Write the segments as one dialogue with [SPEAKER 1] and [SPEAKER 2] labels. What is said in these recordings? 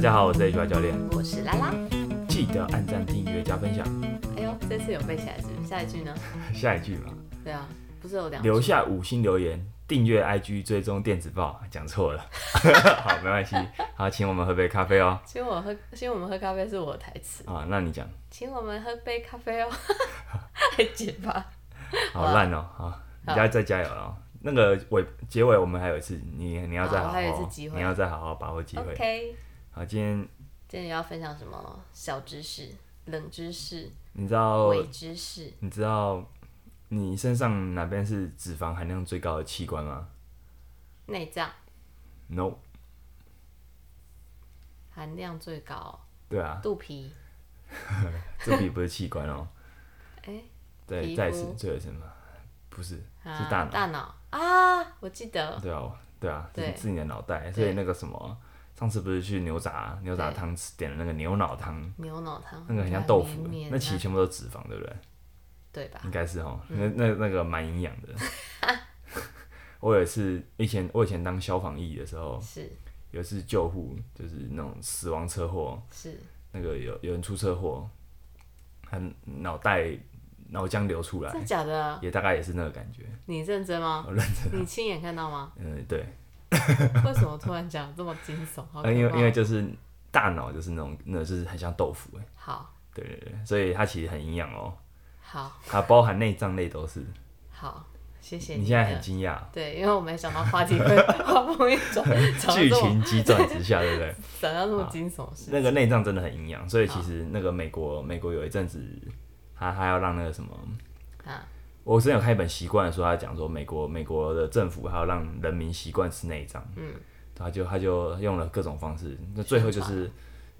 [SPEAKER 1] 家好，我是 HY 教练，
[SPEAKER 2] 我是拉拉。
[SPEAKER 1] 记得按赞、订阅、加分享。
[SPEAKER 2] 哎呦，这次有背起来是不是？下一句呢？
[SPEAKER 1] 下一句嘛，
[SPEAKER 2] 对啊，不是有两句
[SPEAKER 1] 留下五星留言，订阅 IG，追踪电子报。讲错了， 好，没关系。好，请我们喝杯咖啡哦。
[SPEAKER 2] 请我喝，请我们喝咖啡是我的台词，
[SPEAKER 1] 啊，那你讲，
[SPEAKER 2] 请我们喝杯咖啡 哦，还结巴。
[SPEAKER 1] 好烂哦，好，你家再加油哦。那个尾结尾我们还有一次，你你要再好
[SPEAKER 2] 好
[SPEAKER 1] 好，
[SPEAKER 2] 还有一次机会
[SPEAKER 1] 你要再好好把握机会。
[SPEAKER 2] OK，
[SPEAKER 1] 好，今天
[SPEAKER 2] 今天要分享什么小知识、冷知识、
[SPEAKER 1] 你知道
[SPEAKER 2] 伪知识？
[SPEAKER 1] 你知道你身上哪边是脂肪含量最高的器官吗
[SPEAKER 2] 内脏
[SPEAKER 1] ？No，
[SPEAKER 2] 含量最高，
[SPEAKER 1] 对啊，
[SPEAKER 2] 肚皮。
[SPEAKER 1] 这笔不是器官哦。
[SPEAKER 2] 哎、
[SPEAKER 1] 对，
[SPEAKER 2] 皮
[SPEAKER 1] 再一次
[SPEAKER 2] 肤，
[SPEAKER 1] 罪恶什么？不是，
[SPEAKER 2] 啊
[SPEAKER 1] 大脑
[SPEAKER 2] 大脑啊，我记得。
[SPEAKER 1] 对啊，对啊，
[SPEAKER 2] 对
[SPEAKER 1] 是是你的脑袋。所以
[SPEAKER 2] 对
[SPEAKER 1] 那个什么，上次不是去牛杂牛杂
[SPEAKER 2] 对
[SPEAKER 1] 汤吃点了那个牛脑汤，
[SPEAKER 2] 牛脑汤，
[SPEAKER 1] 那个很像豆腐
[SPEAKER 2] 绵啊绵，啊
[SPEAKER 1] 那其实全部都是脂肪，对不对？
[SPEAKER 2] 对吧？
[SPEAKER 1] 应该是哦，
[SPEAKER 2] 嗯
[SPEAKER 1] 那那那个蛮营养 的。我有一次，以前我以前当消防役的时候，
[SPEAKER 2] 是
[SPEAKER 1] 有一次救护，就是那种死亡车祸，
[SPEAKER 2] 是，
[SPEAKER 1] 那个有有人出车祸，他脑袋脑浆流出来，
[SPEAKER 2] 真的假的？
[SPEAKER 1] 也大概也是那个感觉。
[SPEAKER 2] 你认真吗？
[SPEAKER 1] 我认啊
[SPEAKER 2] 你亲眼看到吗？
[SPEAKER 1] 嗯，对。
[SPEAKER 2] 为什么突然讲这么惊悚？好可怕
[SPEAKER 1] 呃，因为因为就是大脑就是那种，那就是很像豆腐哎，
[SPEAKER 2] 好
[SPEAKER 1] 对对对，所以它其实很营养哦，
[SPEAKER 2] 好
[SPEAKER 1] 它包含内脏类都是。
[SPEAKER 2] 好，谢谢
[SPEAKER 1] 你现在很
[SPEAKER 2] 的
[SPEAKER 1] 惊 讶，
[SPEAKER 2] 对，因为我没想到话题会 画风一转，讲到
[SPEAKER 1] 剧
[SPEAKER 2] 这么
[SPEAKER 1] 情急转直下，对不 对？
[SPEAKER 2] 讲到这么惊悚的事
[SPEAKER 1] 那个内脏真的很营养，所以其实那个美国美国有一阵子，他他要让那个什么，
[SPEAKER 2] 啊，
[SPEAKER 1] 我之前有看一本习惯的书，他讲说美国美国的政府还要让人民习惯吃内脏，嗯，他就他就用了各种方式，那最后就是。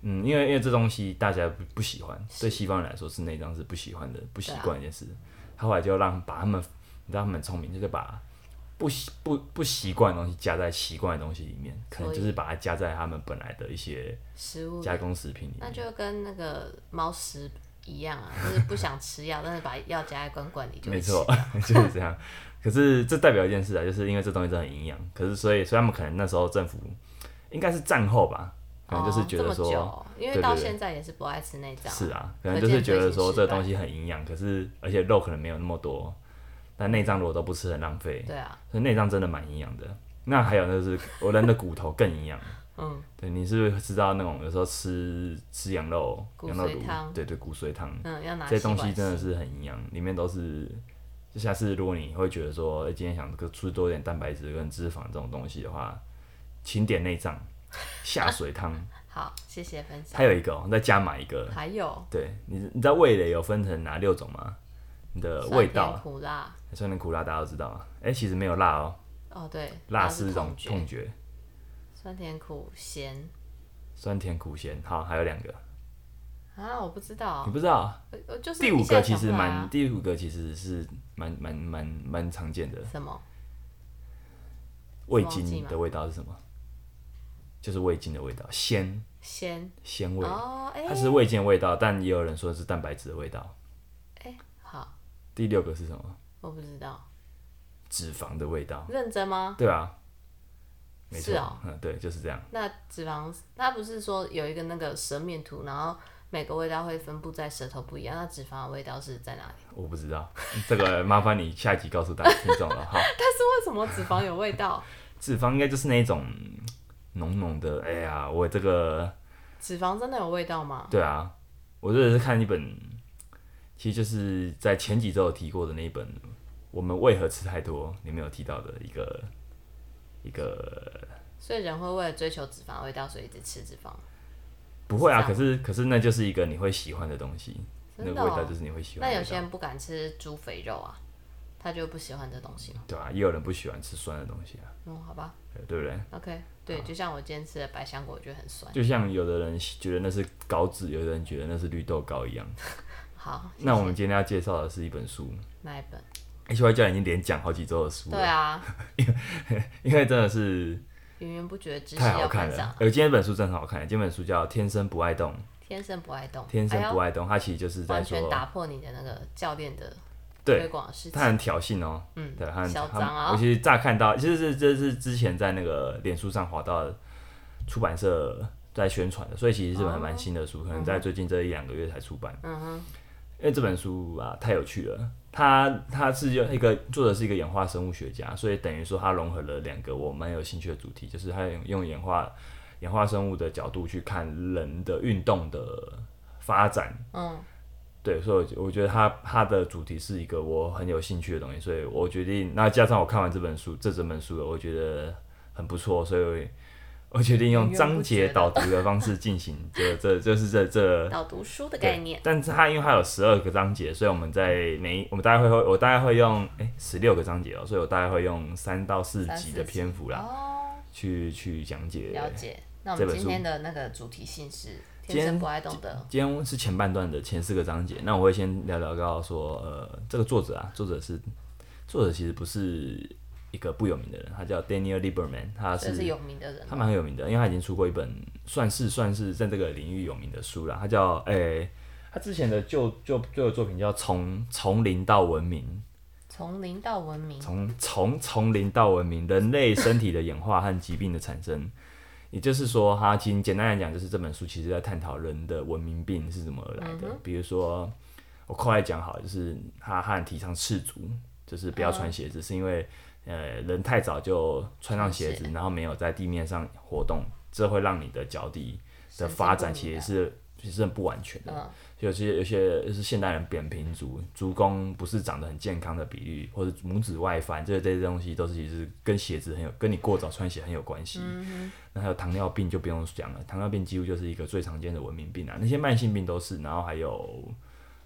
[SPEAKER 1] 嗯，因为因为这东西大家不不喜欢，对西方人来说吃内脏是不喜欢的、不习
[SPEAKER 2] 啊
[SPEAKER 1] 惯的一件事。他后来就让把他们，你知道他们很聪明，就是把不习不不习惯的东西加在习惯的东西里面，可能
[SPEAKER 2] 所以嗯
[SPEAKER 1] 就是把它加在他们本来的一些
[SPEAKER 2] 食物
[SPEAKER 1] 加工食品里
[SPEAKER 2] 那
[SPEAKER 1] 面。
[SPEAKER 2] 就跟那个猫食一样啊， 就是不想吃药，但是把药加在罐罐里就会
[SPEAKER 1] 没
[SPEAKER 2] 吃
[SPEAKER 1] 错， 就是这样。可是这代表一件事啊，就是因为这东西真的很营养。可是所以，所以他们可能那时候政府应该是战后吧，可能就是
[SPEAKER 2] 哦
[SPEAKER 1] 觉得
[SPEAKER 2] 这么
[SPEAKER 1] 说，
[SPEAKER 2] 久哦因为
[SPEAKER 1] 对
[SPEAKER 2] 到
[SPEAKER 1] 对对
[SPEAKER 2] 现在也是不爱吃内脏啊，
[SPEAKER 1] 是啊，可能
[SPEAKER 2] 可
[SPEAKER 1] 就是
[SPEAKER 2] 见
[SPEAKER 1] 觉得
[SPEAKER 2] 最近
[SPEAKER 1] 说
[SPEAKER 2] 失
[SPEAKER 1] 这
[SPEAKER 2] 败
[SPEAKER 1] 东西很营养，可是而且肉可能没有那么多，但内脏如果都不吃很浪费，
[SPEAKER 2] 对啊，
[SPEAKER 1] 所以内脏真的蛮营养的。那还有就是我人的骨头更营养。
[SPEAKER 2] 嗯，
[SPEAKER 1] 对，你是不是知道那种有时候吃吃羊肉、
[SPEAKER 2] 骨
[SPEAKER 1] 羊肉
[SPEAKER 2] 髓
[SPEAKER 1] 卤，
[SPEAKER 2] 汤
[SPEAKER 1] 对对，骨髓汤，
[SPEAKER 2] 嗯，要拿
[SPEAKER 1] 这些东西
[SPEAKER 2] 吸管
[SPEAKER 1] 真的是很营养，里面都是。就下次如果你会觉得说，哎、今天想吃多一点蛋白质跟脂肪这种东西的话，请点内脏下水 汤。
[SPEAKER 2] 好，谢谢分享。
[SPEAKER 1] 还有一个、哦，再加买一个。
[SPEAKER 2] 还有
[SPEAKER 1] 对你，你知道味蕾有分成哪六种吗？你的
[SPEAKER 2] 酸
[SPEAKER 1] 味
[SPEAKER 2] 甜
[SPEAKER 1] 道，
[SPEAKER 2] 苦辣，
[SPEAKER 1] 酸甜苦辣大家都知道啊。哎、其实没有辣哦，
[SPEAKER 2] 哦对，
[SPEAKER 1] 辣
[SPEAKER 2] 是
[SPEAKER 1] 是一种
[SPEAKER 2] 觉，
[SPEAKER 1] 痛觉，
[SPEAKER 2] 酸甜苦咸
[SPEAKER 1] 酸甜苦咸。好，还有两个，
[SPEAKER 2] 哦啊，我不知道
[SPEAKER 1] 你，不知道？啊
[SPEAKER 2] 我我就
[SPEAKER 1] 嗯
[SPEAKER 2] 是
[SPEAKER 1] 第
[SPEAKER 2] 一
[SPEAKER 1] 五
[SPEAKER 2] 下
[SPEAKER 1] 个其
[SPEAKER 2] 想不
[SPEAKER 1] 实
[SPEAKER 2] 来
[SPEAKER 1] 蛮，
[SPEAKER 2] 啊
[SPEAKER 1] 第五个其实是蛮蛮蛮蛮常见的。
[SPEAKER 2] 什么
[SPEAKER 1] 味
[SPEAKER 2] 忘记
[SPEAKER 1] 精
[SPEAKER 2] 吗
[SPEAKER 1] 的味道是什么？就是味精的味道，鲜
[SPEAKER 2] 鲜
[SPEAKER 1] 鲜味，
[SPEAKER 2] 哦，哎
[SPEAKER 1] 它是味精的味道，但也有人说是蛋白质的味道。
[SPEAKER 2] 哎，好，
[SPEAKER 1] 第六个是什么？
[SPEAKER 2] 我不知道，
[SPEAKER 1] 脂肪的味道，
[SPEAKER 2] 认真吗？
[SPEAKER 1] 对啊，没错，
[SPEAKER 2] 是哦
[SPEAKER 1] 嗯，对，就是这样。
[SPEAKER 2] 那脂肪，它不是说有一个那个舌面图，然后每个味道会分布在舌头不一样，那脂肪的味道是在哪里？
[SPEAKER 1] 我不知道，这个麻烦你下一集告诉大家听众了。好，
[SPEAKER 2] 但是为什么脂肪有味道？
[SPEAKER 1] 脂肪应该就是那种嗯浓浓的，哎呀，我这个
[SPEAKER 2] 脂肪真的有味道吗？
[SPEAKER 1] 对啊，我这是看一本，其实就是在前几周有提过的那一本《我们为何吃太多》里面有提到的一个一个
[SPEAKER 2] 所以人会为了追求脂肪的味道，所以一直吃脂肪，
[SPEAKER 1] 不会啊，
[SPEAKER 2] 是
[SPEAKER 1] 可是可是那就是一个你会喜欢的东西，那
[SPEAKER 2] 真
[SPEAKER 1] 个
[SPEAKER 2] 的、
[SPEAKER 1] 味道
[SPEAKER 2] 哦。
[SPEAKER 1] 就是你会喜欢
[SPEAKER 2] 那
[SPEAKER 1] 的
[SPEAKER 2] 有
[SPEAKER 1] 味
[SPEAKER 2] 些
[SPEAKER 1] 道。
[SPEAKER 2] 人不敢吃猪肥肉啊，他就不喜欢这东西嘛。
[SPEAKER 1] 对啊，也有人不喜欢吃酸的东西啊，
[SPEAKER 2] 嗯，好吧
[SPEAKER 1] 对不对？
[SPEAKER 2] ，OK，对，就像我今天吃的百香果，我觉得很酸。
[SPEAKER 1] 就像有的人觉得那是高脂，有的人觉得那是绿豆糕一 样。
[SPEAKER 2] 好，谢谢
[SPEAKER 1] 那我们今天要介绍的是一本书哎
[SPEAKER 2] 那一本，
[SPEAKER 1] ，H Y 教已经连讲好几周的书
[SPEAKER 2] 对
[SPEAKER 1] 了，
[SPEAKER 2] 啊，
[SPEAKER 1] 因为真的是
[SPEAKER 2] 源源不绝的知识
[SPEAKER 1] 太好
[SPEAKER 2] 要
[SPEAKER 1] 看
[SPEAKER 2] 分
[SPEAKER 1] 了
[SPEAKER 2] 享。。
[SPEAKER 1] 而今天本书真的很好看，今天本书叫《天生不爱动》。
[SPEAKER 2] 天生不爱动，
[SPEAKER 1] 天生
[SPEAKER 2] 哎
[SPEAKER 1] 不
[SPEAKER 2] 呦
[SPEAKER 1] 爱动，他其实就是在
[SPEAKER 2] 完全
[SPEAKER 1] 说，
[SPEAKER 2] 打破你的那个教练的推
[SPEAKER 1] 对
[SPEAKER 2] 广的事情
[SPEAKER 1] 他。很挑衅哦，
[SPEAKER 2] 嗯
[SPEAKER 1] 对，他很
[SPEAKER 2] 嚣
[SPEAKER 1] 他
[SPEAKER 2] 张啊
[SPEAKER 1] 我其实乍看到，其实是这是之前在那个脸书上滑到出版社在宣传的，所以其实是
[SPEAKER 2] 哦
[SPEAKER 1] 本蛮新的书，可能在最近这一两个月才出版。
[SPEAKER 2] 嗯哼，
[SPEAKER 1] 因为这本书啊太有趣了，它它是用一个作者是一个演化生物学家，所以等于说它融合了两个我蛮有兴趣的主题，就是他用用演化演化生物的角度去看人的运动的发展。
[SPEAKER 2] 嗯，
[SPEAKER 1] 对，所以我觉我觉得它它的主题是一个我很有兴趣的东西，所以我决定，那加上我看完这本书这整本书了，我觉得很不错，所以我我 决定用
[SPEAKER 2] 源源不
[SPEAKER 1] 章节
[SPEAKER 2] 绝的
[SPEAKER 1] 导读的方式进行，这这就是这这
[SPEAKER 2] 导读书的
[SPEAKER 1] 对
[SPEAKER 2] 概念，
[SPEAKER 1] 但是它因为它有十二个章节，所以我们在每一我们大概会我大概会用哎十六个章节哦、所以我大概会用三到四
[SPEAKER 2] 三
[SPEAKER 1] 集
[SPEAKER 2] 四
[SPEAKER 1] 的
[SPEAKER 2] 集
[SPEAKER 1] 篇幅啦，
[SPEAKER 2] 哦，
[SPEAKER 1] 去去讲解。
[SPEAKER 2] 了解。那我
[SPEAKER 1] 这
[SPEAKER 2] 们
[SPEAKER 1] 本
[SPEAKER 2] 今
[SPEAKER 1] 书
[SPEAKER 2] 天的那个主题性是“
[SPEAKER 1] 今
[SPEAKER 2] 天
[SPEAKER 1] 天
[SPEAKER 2] 生不爱动的
[SPEAKER 1] 今天是前半段的前四个章节，那我会先聊聊到说，呃，这个作者啊，作者是作者其实不是一个不有名的人，他叫 Daniel Lieberman，”，他
[SPEAKER 2] 这
[SPEAKER 1] 是
[SPEAKER 2] 是有名的人
[SPEAKER 1] 他蛮有名的，因为他已经出过一本算是算是在这个领域有名的书啦，他叫诶、他之前的旧旧旧的作品叫从从零到文明，
[SPEAKER 2] 从零到文明，
[SPEAKER 1] 从从从零到文明，人类身体的演化和疾病的产生。也就是说，它其实简单来讲，就是这本书其实在探讨人的文明病是怎么而来的。比如说，我快来讲好了，就是他和提倡赤足，就是不要穿鞋子，是因为呃人太早就嗯穿上鞋子，然后没有在地面上活动，这会让你的脚底的
[SPEAKER 2] 神经
[SPEAKER 1] 发
[SPEAKER 2] 不
[SPEAKER 1] 展
[SPEAKER 2] 敏
[SPEAKER 1] 其实
[SPEAKER 2] 感
[SPEAKER 1] 是其实很不完全的。
[SPEAKER 2] 嗯
[SPEAKER 1] 有些有些就是现代人扁平足，足弓不是长得很健康的比例，或者拇指外翻，这这些东西都是其实跟鞋子很有，跟你过早穿鞋很有关系。
[SPEAKER 2] 嗯
[SPEAKER 1] 那还有糖尿病就不用讲了，糖尿病几乎就是一个最常见的文明病啊，那些慢性病都是，然后还有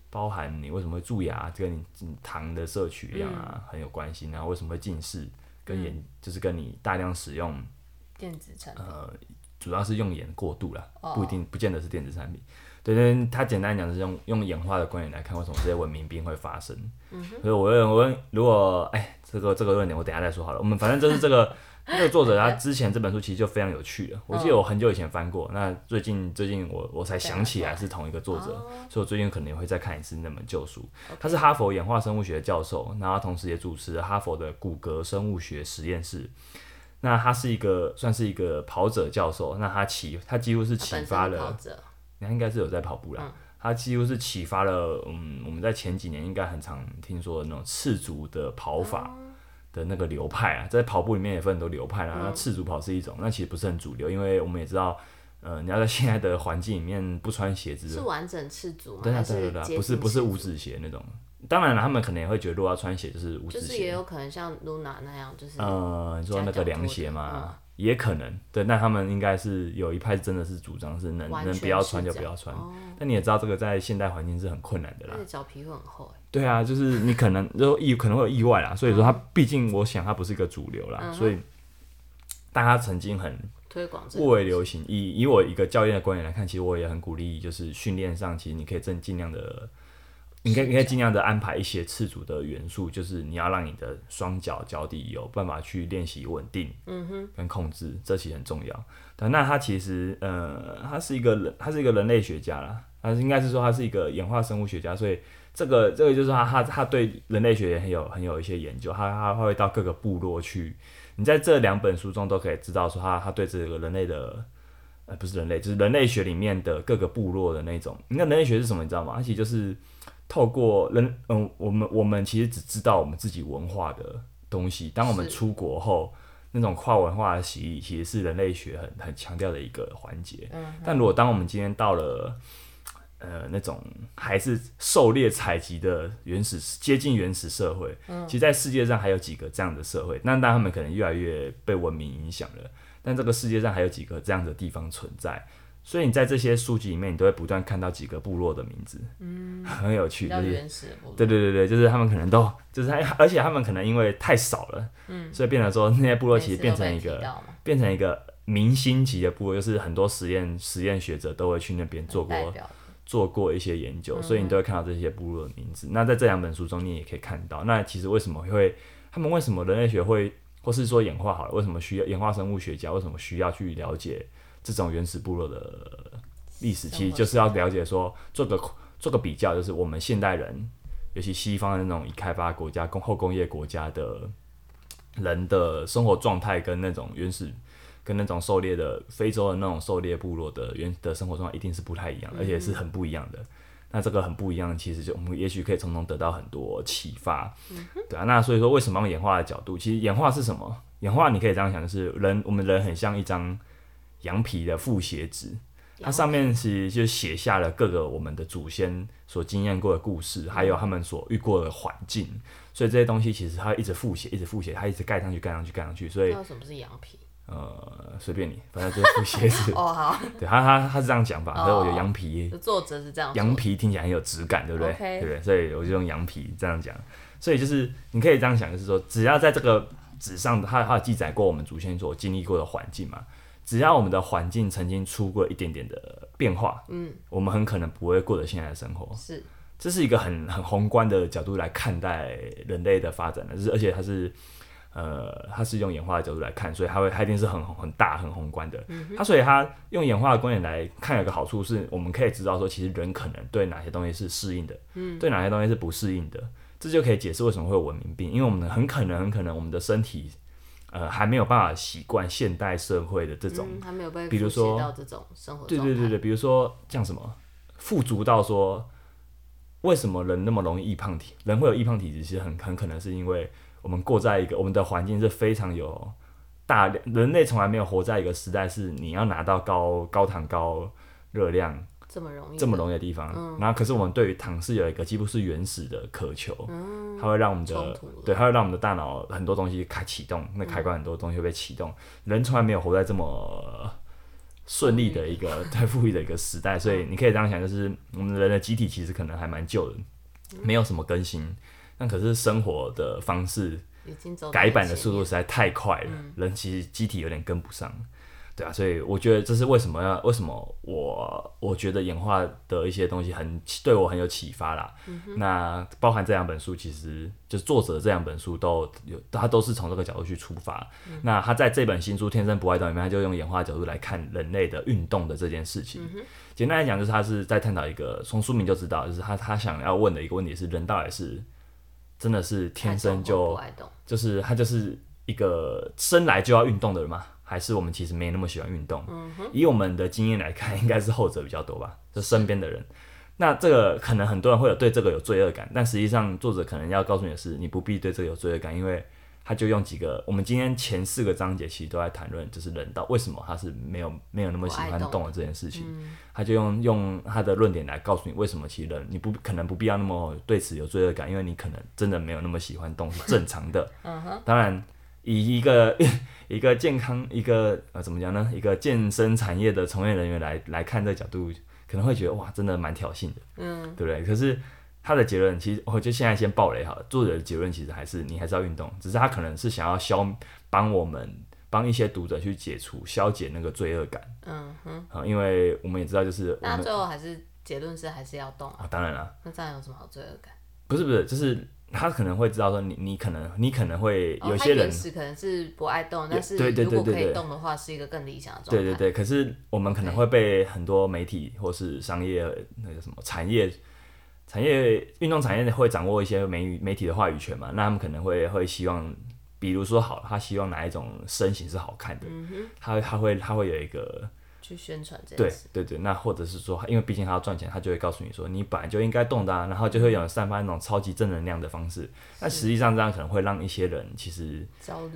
[SPEAKER 1] 包含你为什么会蛀牙，跟你你糖的摄取量啊、
[SPEAKER 2] 嗯
[SPEAKER 1] 很有关系，然后为什么会近视，跟眼、就是跟你大量使用
[SPEAKER 2] 电子产品，
[SPEAKER 1] 呃，主要是用眼过度啦，
[SPEAKER 2] 哦
[SPEAKER 1] 不一定不见得是电子产品。对，但它简单讲是用用演化的观点来看，为什么这些文明病会发生。所以我认为，如果哎，这个这个论点我等一下再说好了。我们反正就是这个这个作者他之前这本书其实就非常有趣了，我记得我很久以前翻过，那最近最近我我才想起来是同一个作者，所以我最近可能也会再看一次那本旧书。他是哈佛演化生物学教授，然后他同时也主持了哈佛的骨骼生物学实验室。那他是一个算是一个跑者教授，那他启他几乎是
[SPEAKER 2] 他
[SPEAKER 1] 启
[SPEAKER 2] 本身
[SPEAKER 1] 发
[SPEAKER 2] 的
[SPEAKER 1] 了
[SPEAKER 2] 跑嗯者，
[SPEAKER 1] 他应该是有在跑步啦。他几乎是启发了，嗯，我们在前几年应该很常听说的那种赤足的跑法
[SPEAKER 2] 哦
[SPEAKER 1] 的那个流派啊，在跑步里面也分很多流派啦、
[SPEAKER 2] 嗯
[SPEAKER 1] 那赤足跑是一种，那其实不是很主流，因为我们也知道，呃，你要在现在的环境里面不穿鞋子
[SPEAKER 2] 是完整赤足吗？
[SPEAKER 1] 对啊，
[SPEAKER 2] 还
[SPEAKER 1] 对啊对啊，
[SPEAKER 2] 接
[SPEAKER 1] 不是
[SPEAKER 2] 近
[SPEAKER 1] 不是
[SPEAKER 2] 赤足
[SPEAKER 1] 五指鞋那种。当然了，他们可能也会觉得，如果要穿鞋就是五
[SPEAKER 2] 就
[SPEAKER 1] 指
[SPEAKER 2] 是
[SPEAKER 1] 鞋。
[SPEAKER 2] 也有可能像 Luna 那样，就是
[SPEAKER 1] 呃，你说那个凉鞋
[SPEAKER 2] 夹脚拖
[SPEAKER 1] 嘛，也可能。对，那他们应该是有一派真的是主张是能
[SPEAKER 2] 完
[SPEAKER 1] 能
[SPEAKER 2] 全
[SPEAKER 1] 不要
[SPEAKER 2] 是
[SPEAKER 1] 穿就
[SPEAKER 2] 这
[SPEAKER 1] 不
[SPEAKER 2] 样哦嗯
[SPEAKER 1] 要穿。但你也知道，这个在现代环境是很困难的啦
[SPEAKER 2] 而。且脚皮会很厚，哎
[SPEAKER 1] 对啊，就是你可能就意可能会有意外啦，所以说它
[SPEAKER 2] 嗯
[SPEAKER 1] 毕竟我想它不是一个主流啦，所以大家曾经很
[SPEAKER 2] 推广这
[SPEAKER 1] 蔚
[SPEAKER 2] 个
[SPEAKER 1] 为流行。以以我一个教练的观点来看，其实我也很鼓励，就是训练上，其实你可以尽尽量的，应该应该尽量的安排一些赤足的元素，就是你要让你的双脚脚底有办法去练习稳定，嗯哼，跟控制，这其实很重要。但那他其实呃，他是一个人，他是一个人类学家啦，他应该是说他是一个演化生物学家，所以。这个这个就是他他他对人类学也很有很有一些研究，他他他会到各个部落去。你在这两本书中都可以知道说他他对这个人类的呃不是人类，就是人类学里面的各个部落的那种。那人类学是什么？你知道吗？它其实就是透过人嗯，我们我们其实只知道我们自己文化的东西。当我们
[SPEAKER 2] 是
[SPEAKER 1] 出国后，那种跨文化的洗礼其实是人类学很很强调的一个环节。但如果当我们今天到了呃那种还是狩猎采集的原始接近原始社会，
[SPEAKER 2] 嗯
[SPEAKER 1] 其实，在世界上还有几个这样的社会，那那他们可能越来越被文明影响了。但这个世界上还有几个这样的地方存在，所以你在这些书籍里面，你都会不断看到几个部落的名字，嗯， 很有趣，
[SPEAKER 2] 比
[SPEAKER 1] 就
[SPEAKER 2] 较
[SPEAKER 1] 是
[SPEAKER 2] 原始的部分。
[SPEAKER 1] 对对对对，就是他们可能都就是他，而且他们可能因为太少了，嗯，所以变成说那些部落其实变成一
[SPEAKER 2] 每次都被提
[SPEAKER 1] 个
[SPEAKER 2] 到嘛
[SPEAKER 1] 变成一个明星级的部落，就是很多实验实验学者都会去那边做过
[SPEAKER 2] 代表
[SPEAKER 1] 做过一些研
[SPEAKER 2] 嗯
[SPEAKER 1] 究，所以你都会看到这些部落的名字。那在这两本书中，你也可以看到。那其实为什么会他们为什么人类学会，或是说演化好了，为什么需要演化生物学家为什么需要去了解这种原始部落的历史？
[SPEAKER 2] 生活
[SPEAKER 1] 其实就是要了解说做个做个比较，就是我们现代人，尤其西方的那种已开发国家、工后工业国家的人的生活状态跟那种原始跟那种狩猎的非洲的那种狩猎部落的原的生活状况一定是不太一样的，而且是很不一样的。那这个很不一样，其实就我们也许可以从中得到很多启发，对啊。那所以说，为什么用演化的角度？其实演化是什么？演化你可以这样想，就是人我们人很像一张羊皮的复写纸，它上面其实就写下了各个我们的祖先所经验过的故事，还有他们所遇过的环境。所以这些东西其实它一直复写，一直复写，它一直盖上去，盖上去，盖上去。所以
[SPEAKER 2] 那为什么是羊皮？。
[SPEAKER 1] 呃，随便你，反正就是复写纸
[SPEAKER 2] 哦，好，
[SPEAKER 1] 对他他他是这样讲法，所以我觉得
[SPEAKER 2] 哦
[SPEAKER 1] 羊皮
[SPEAKER 2] 作者是这样说
[SPEAKER 1] 羊皮听起来很有质感，对不对
[SPEAKER 2] OK
[SPEAKER 1] 对不对？所以我就用羊皮这样讲。所以就是你可以这样想，就是说，只要在这个纸上，它它有记载过我们祖先所经历过的环境嘛，只要我们的环境曾经出过一点点的变化，嗯，我们很可能不会过得现在的生活。
[SPEAKER 2] 是
[SPEAKER 1] 这是一个很很宏观的角度来看待人类的发展的，就是而且它是呃，它是用演化的角度来看，所以它会它一定是很很大很宏观的。它所以它用演化的观点来看，有个好处是我们可以知道说，其实人可能对哪些东西是适应的，对哪些东西是不适应的，这就可以解释为什么会有文明病，因为我们很可能很可能我们的身体呃还没有办法习惯现代社会的这种
[SPEAKER 2] 嗯，还没有被
[SPEAKER 1] 比如
[SPEAKER 2] 复写
[SPEAKER 1] 说
[SPEAKER 2] 到这种生活
[SPEAKER 1] 对
[SPEAKER 2] 状
[SPEAKER 1] 对对
[SPEAKER 2] 态，
[SPEAKER 1] 对，比如说像什么富足到说，为什么人那么容易易胖体？人会有易胖体质，其实很很可能是因为我们过在一个我们的环境是非常有大量人类从来没有活在一个时代，是你要拿到高高糖高热量
[SPEAKER 2] 这么容易，嗯
[SPEAKER 1] 这么容易的地方。然后可是我们对于糖是有一个几乎是原始的渴求，它会让我们
[SPEAKER 2] 嗯冲
[SPEAKER 1] 的
[SPEAKER 2] 突了
[SPEAKER 1] 对，它会让我们的大脑很多东西开启动，那开关很多东西会被启动。人从来没有活在这么。顺利的一个 太富裕的一个时代，
[SPEAKER 2] 嗯
[SPEAKER 1] 所以你可以这样想，就是我们人的机体其实可能还蛮旧的，
[SPEAKER 2] 嗯
[SPEAKER 1] 没有什么更新。但可是生活的方式
[SPEAKER 2] 已经走
[SPEAKER 1] 改版的速度
[SPEAKER 2] 度，
[SPEAKER 1] 实在太快了，人其实机体有点跟不上，对啊，所以我觉得这是为什么要为什么我我觉得演化的一些东西很对我很有启发啦。那包含这两本书，其实就是作者这两本书都有，他都是从这个角度去出发。那他在这本新书《天生不爱动》里面，他就用演化的角度来看人类的运动的这件事情。简单来讲，就是他是在探讨一个从书名就知道，就是他他想要问的一个问题是：人到底是真的是天生
[SPEAKER 2] 爱动或
[SPEAKER 1] 就
[SPEAKER 2] 不爱动，
[SPEAKER 1] 就是他就是一个生来就要运动的人嘛，还是我们其实没那么喜欢运动？以我们的经验来看，应该是后者比较多吧，就身边的人。那这个可能很多人会有对这个有罪恶感，但实际上作者可能要告诉你的是，你不必对这个有罪恶感，因为他就用几个我们今天前四个章节其实都在谈论，就是人道为什么他是没有没有那么喜
[SPEAKER 2] 不爱
[SPEAKER 1] 欢
[SPEAKER 2] 动
[SPEAKER 1] 动的这件事情，他就用用他的论点来告诉你为什么其实人你不可能不必要那么对此有罪恶感，因为你可能真的没有那么喜欢动是正常的。当然，以一个 一个健康一个呃怎么讲呢？一个健身产业的从业人员来来看这个角度，可能会觉得哇，真的蛮挑衅的，
[SPEAKER 2] 嗯，
[SPEAKER 1] 对不对？可是他的结论其实，我就现在先爆雷好了。作者的结论其实还是你还是要运动，只是他可能是想要消帮我们帮一些读者去解除消解那个罪恶感
[SPEAKER 2] 嗯哼，
[SPEAKER 1] 啊、因为我们也知道就是我
[SPEAKER 2] 那
[SPEAKER 1] 们
[SPEAKER 2] 最后还是结论是还是要动啊，
[SPEAKER 1] 啊，当然了。
[SPEAKER 2] 那这样有什么好罪恶感？
[SPEAKER 1] 不是不是，就是他可能会知道说你你可能你可能会
[SPEAKER 2] 哦
[SPEAKER 1] 有
[SPEAKER 2] 他
[SPEAKER 1] 些人、
[SPEAKER 2] 原始可能是不爱动，
[SPEAKER 1] 有
[SPEAKER 2] 但是
[SPEAKER 1] 对对
[SPEAKER 2] 如果
[SPEAKER 1] 对
[SPEAKER 2] 可
[SPEAKER 1] 对
[SPEAKER 2] 以
[SPEAKER 1] 对
[SPEAKER 2] 动的话，是一个更理想的状态。
[SPEAKER 1] 对对嗯对，可是我们可能会被很多媒体或是商业那个什么产业。产业运动产业会掌握一些媒媒体的话语权嘛？那他们可能会会希望，比如说好了，他希望哪一种身形是好看的，他他会他会有一个
[SPEAKER 2] 嗯去宣传这件
[SPEAKER 1] 对
[SPEAKER 2] 事，
[SPEAKER 1] 对对，那或者是说，因为毕竟他要赚钱，他就会告诉你说，你本来就应该动的、啊，然后就会有人散发那种超级正能量的方式。那实际上这样可能会让一些人其实
[SPEAKER 2] 焦虑，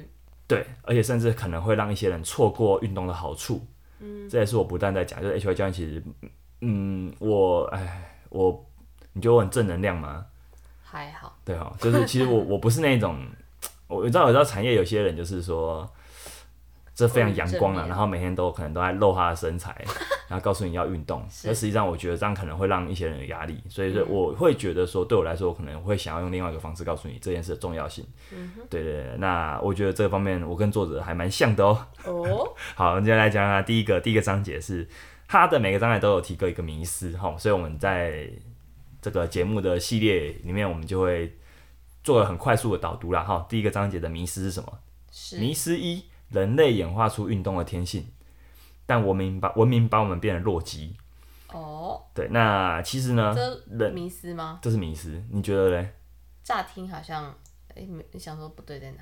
[SPEAKER 1] 对，而且甚至可能会让一些人错过运动的好处。嗯，这也是我不断在讲，就是 H Y 教练其实，嗯，我哎，我你觉得我很正能量吗？
[SPEAKER 2] 还好，
[SPEAKER 1] 对哈、就是其实我 我不是那种，我我知道我知道产业有些人就是说，这非常阳光
[SPEAKER 2] 过于
[SPEAKER 1] 啊，
[SPEAKER 2] 正面
[SPEAKER 1] 然后每天都可能都在露他的身 材，然后告诉你要运动，
[SPEAKER 2] 是嗯
[SPEAKER 1] 那实际上我觉得这样可能会让一些人有压力，所以说我会觉得说，对我来说，我可能会想要用另外一个方式告诉你这件事的重要性。
[SPEAKER 2] 嗯
[SPEAKER 1] 对对对，那我觉得这方面我跟作者还蛮像的哦。
[SPEAKER 2] 哦，
[SPEAKER 1] 好，接下来讲讲第一个第一个章节是它的每个章节都有提过一个迷思哈，所以我们在这个节目的系列里面，我们就会做了很快速的导读啦哈。第一个章节的迷思是什么？
[SPEAKER 2] 是
[SPEAKER 1] 迷思一：人类演化出运动的天性，但文明把文明把我们变得弱鸡。
[SPEAKER 2] 哦，
[SPEAKER 1] 对，那其实呢，
[SPEAKER 2] 这
[SPEAKER 1] 人
[SPEAKER 2] 迷思吗？
[SPEAKER 1] 这是迷思，你觉得嘞？
[SPEAKER 2] 乍听好像，哎、没想说不对在哪？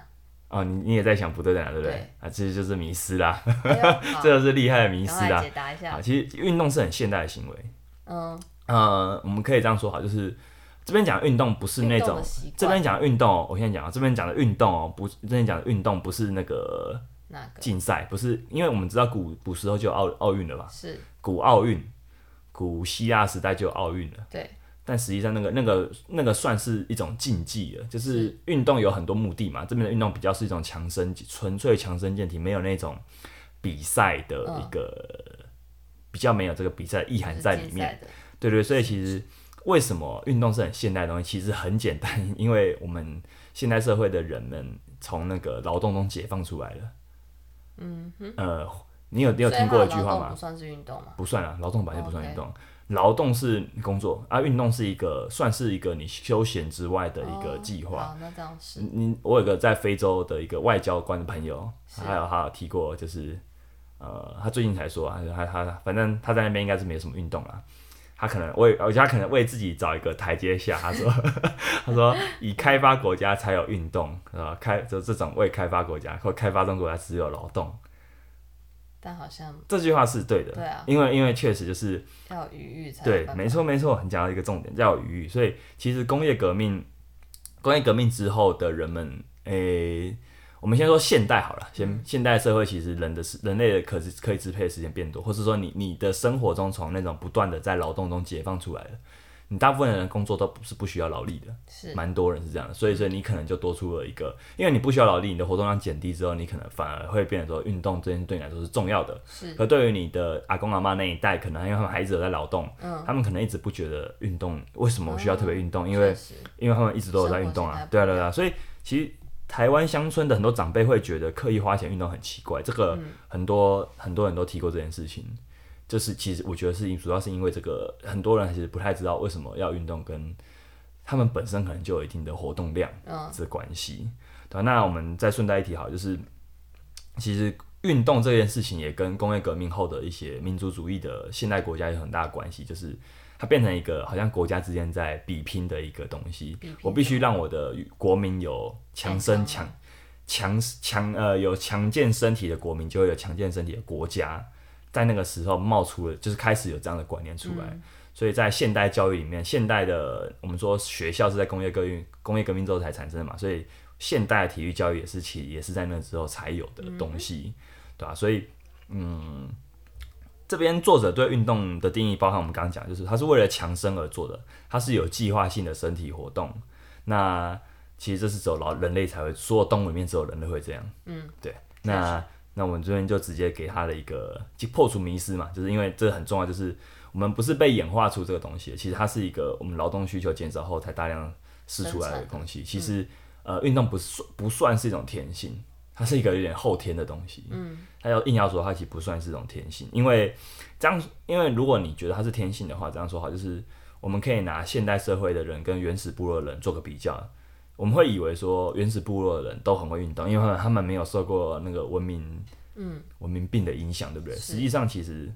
[SPEAKER 1] 哦，你你也在想不对在哪，对不对？
[SPEAKER 2] 对
[SPEAKER 1] 啊，这就是迷失啦，
[SPEAKER 2] 哎呦 好
[SPEAKER 1] 这就是厉害的迷失
[SPEAKER 2] 赶快
[SPEAKER 1] 啦。
[SPEAKER 2] 解答一
[SPEAKER 1] 啊，
[SPEAKER 2] 下。
[SPEAKER 1] 其实运动是很现代的行为，
[SPEAKER 2] 嗯，
[SPEAKER 1] 呃，我们可以这样说好，就是这边讲运动不是那
[SPEAKER 2] 运动
[SPEAKER 1] 种
[SPEAKER 2] 的习惯
[SPEAKER 1] 这边讲运动哦，我先讲啊，这边讲的运动哦，不，这边讲的运动不是那个
[SPEAKER 2] 那个
[SPEAKER 1] 竞赛，不是，因为我们知道古古时候就有奥奥运了吧？
[SPEAKER 2] 是
[SPEAKER 1] 古奥运，古希腊时代就有奥运了。
[SPEAKER 2] 对，
[SPEAKER 1] 但实际上那个那个那个算是一种竞技了，就是运动有很多目的嘛。这边的运动比较是一种强身，纯粹强身健体，没有那种比赛的一个、
[SPEAKER 2] 嗯
[SPEAKER 1] 比较没有这个比赛意涵在里面。
[SPEAKER 2] 是竞赛的。
[SPEAKER 1] 对对，所以其实为什么运动是很现代的东西？其实很简单， 因为我们现代社会的人们从那个劳动中解放出来了。嗯呃，你有你有听过一句
[SPEAKER 2] 所以
[SPEAKER 1] 话
[SPEAKER 2] 它的劳动
[SPEAKER 1] 吗
[SPEAKER 2] 不？哦算是运动吗？
[SPEAKER 1] 不算啊，劳动本来就不算运动，劳、动是工作啊，运动是一个算是一个你休闲之外的一个计划。
[SPEAKER 2] 哦
[SPEAKER 1] 嗯
[SPEAKER 2] 好，那这样是
[SPEAKER 1] 你你我有个在非洲的一个外交官的朋友，
[SPEAKER 2] 是
[SPEAKER 1] 还有他有提过，就是呃，他最近才说啊，他他他反正他在那边应该是没什么运动啦。他可能为，而且他可能为自己找一个台阶下。他说， 他说以开发国家才有运动，呃，开就这种为开发国家或开发中国家只有劳动。
[SPEAKER 2] 但好像
[SPEAKER 1] 这句话是对的，
[SPEAKER 2] 对啊
[SPEAKER 1] 因为因为确实就是
[SPEAKER 2] 要有余裕才有
[SPEAKER 1] 对，
[SPEAKER 2] 办法
[SPEAKER 1] 没错没错，你讲到一个重点，叫有余裕。所以其实工业革命，工业革命之后的人们，诶、我们先说现代好了，先现代社会其实人的时人类的可支可以支配的时间变多，或是说你你的生活中从那种不断的在劳动中解放出来了，你大部分的人工作都不是不需要劳力的，
[SPEAKER 2] 是
[SPEAKER 1] 蛮多人是这样的，所以所以你可能就多出了一个，因为你不需要劳力，你的活动量减低之后，你可能反而会变得说运动这件对你来说是重要的，
[SPEAKER 2] 是
[SPEAKER 1] 可对于你的阿公阿妈那一代，可能因为他们还一直有在劳动，
[SPEAKER 2] 嗯
[SPEAKER 1] 他们可能一直不觉得运动为什么我需要特别运动，因为
[SPEAKER 2] 哦确实
[SPEAKER 1] 因为他们一直都有在运动啊
[SPEAKER 2] 生活形态，不一
[SPEAKER 1] 对啊
[SPEAKER 2] 样
[SPEAKER 1] 对啊，所以其实台湾乡村的很多长辈会觉得刻意花钱运动很奇怪，这个
[SPEAKER 2] 嗯
[SPEAKER 1] 很多、很多人都提过这件事情，就是其实我觉得是因主要是因为这个很多人其实不太知道为什么要运动跟。他们本身可能就有一定的活动量
[SPEAKER 2] 嗯
[SPEAKER 1] 这关系，对、啊、那我们再顺带一提好，就是其实运动这件事情也跟工业革命后的一些民族主义的现代国家有很大的关系，就是它变成一个好像国家之间在比拼的一个东西
[SPEAKER 2] 比拼。
[SPEAKER 1] 我必须让我的国民有强身强强强呃有强健身体的国民，就会有强健身体的国家。在那个时候冒出了，就是开始有这样的观念出来。所以在现代教育里面，现代的我们说学校是在工业革命工业革命之后才产生的嘛，所以现代的体育教育也是其也是在那之后才有的东西，对啊吧、所以，嗯，这边作者对运动的定义，包含我们刚刚讲，就是它是为了强身而做的，它是有计划性的身体活动。那其实这是只有老人类才会，所有动物里面只有人类会这样。嗯，对。那那我们这边就直接给他的一个，就破除迷思嘛，就是因为这很重要，就是我们不是被演化出这个东西的，其实它是一个我们劳动需求减少后才大量试出来的东西。其实、呃，运动不算不算是一种天性，它是一个有点后天的东西。嗯，它要硬要说它其实不算是一种天性，因为这样，因为如果你觉得它是天性的话，这样说好就是。我们可以拿现代社会的人跟原始部落的人做个比较，我们会以为说原始部落的人都很会运动，因为他们他们没有受过那个文明，嗯，文明病的影响，对不对？
[SPEAKER 2] 是
[SPEAKER 1] 实际上，其实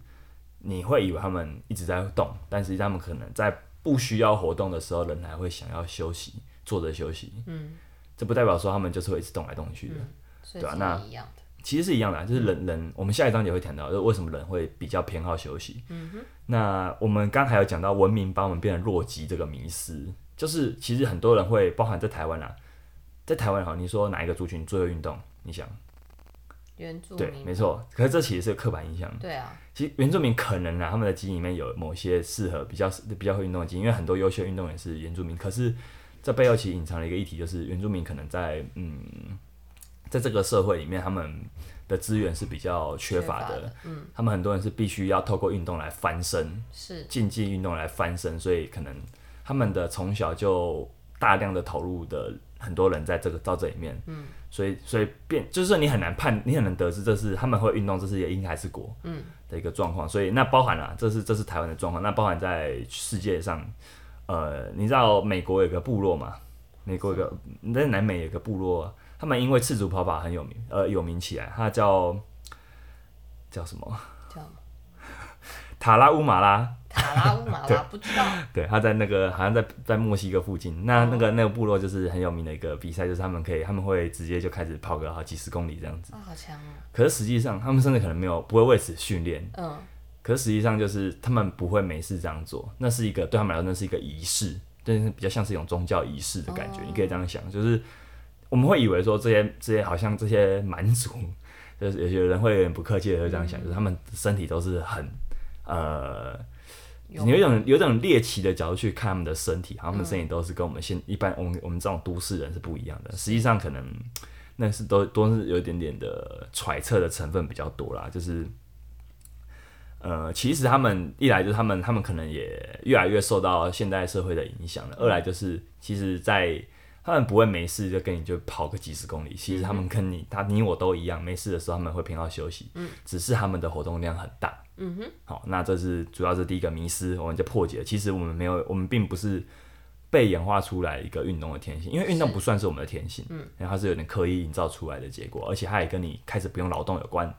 [SPEAKER 1] 你会以为他们一直在动，但实际上他们可能在不需要活动的时候，人还会想要休息，坐着休息。嗯，这不代表说他们就是会一直动来动去的，
[SPEAKER 2] 所以
[SPEAKER 1] 对啊
[SPEAKER 2] 是
[SPEAKER 1] 那
[SPEAKER 2] 一样的，
[SPEAKER 1] 其实是一样的啊，就是人人，我们下一章也会谈到，就是为什么人会比较偏好休息。嗯哼。那我们刚才有讲到文明把我们变得弱鸡这个迷思，就是其实很多人会，包含在台湾啊，在台湾哈，你说哪一个族群最会运动？你想，
[SPEAKER 2] 原住
[SPEAKER 1] 对，
[SPEAKER 2] 民
[SPEAKER 1] 没错。可是这其实是有刻板印象。
[SPEAKER 2] 对啊，
[SPEAKER 1] 其实原住民可能啊，他们的基因里面有某些适合比较比较会运动的基因，因为很多优秀运动员是原住民。可是这背后其实隐藏了一个议题，就是原住民可能在嗯，在这个社会里面，他们的资源是比较缺乏的。
[SPEAKER 2] 缺乏的嗯
[SPEAKER 1] 他们很多人是必须要透过运动来翻身，
[SPEAKER 2] 是
[SPEAKER 1] 竞技运动来翻身，所以可能他们的从小就大量的投入的很多人在这个到这里面，嗯，所以所以变就是你很难判，你很难得知这是他们会运动，这是也应该是果，嗯的一个状况，所以那包含了、这是这是台湾的状况，那包含在世界上，呃，你知道美国有个部落嘛？美国有个在南美有个部落，他们因为赤足跑法很有名，呃，有名起来，它叫叫什么？
[SPEAKER 2] 这样吗？
[SPEAKER 1] 塔拉乌马拉，
[SPEAKER 2] 塔拉乌马拉不知道， 啊
[SPEAKER 1] 对，他在那个好像在在墨西哥附近，那那个那个部落就是很有名的一个比赛，就是他们可以他们会直接就开始跑个好几十公里这样子。
[SPEAKER 2] 啊、好强哦，
[SPEAKER 1] 可是实际上他们甚至可能没有不会为此训练，
[SPEAKER 2] 嗯，
[SPEAKER 1] 可是实际上就是他们不会没事这样做，那是一个对他们来说那是一个仪式，但是比较像是一种宗教仪式的感觉。你可以这样想，就是我们会以为说这些这些好像这些蛮族，就是有些人会有点不客气的会这样想，就是他们身体都是很呃。
[SPEAKER 2] 有
[SPEAKER 1] 你有一种有一种猎奇的角度去看他们的身体，他们的身体都是跟我们现一般我们我们这种都市人是不一样的。实际上可能那是都都是有一点点的揣测的成分比较多啦，就是呃，其实他们一来就是他们他们可能也越来越受到现代社会的影响了，二来就是其实在他们不会没事就跟你就跑个几十公里，其实他们跟你他你我都一样，没事的时候他们会偏好休息，只是他们的活动量很大。好，那这是主要是第一个迷失，我们就破解了。其实我们没有，我们并不是被演化出来一个运动的天性，因为运动不算是我们的天性，嗯，然后它是有点刻意营造出来的结果，而且它也跟你开始不用劳动有关。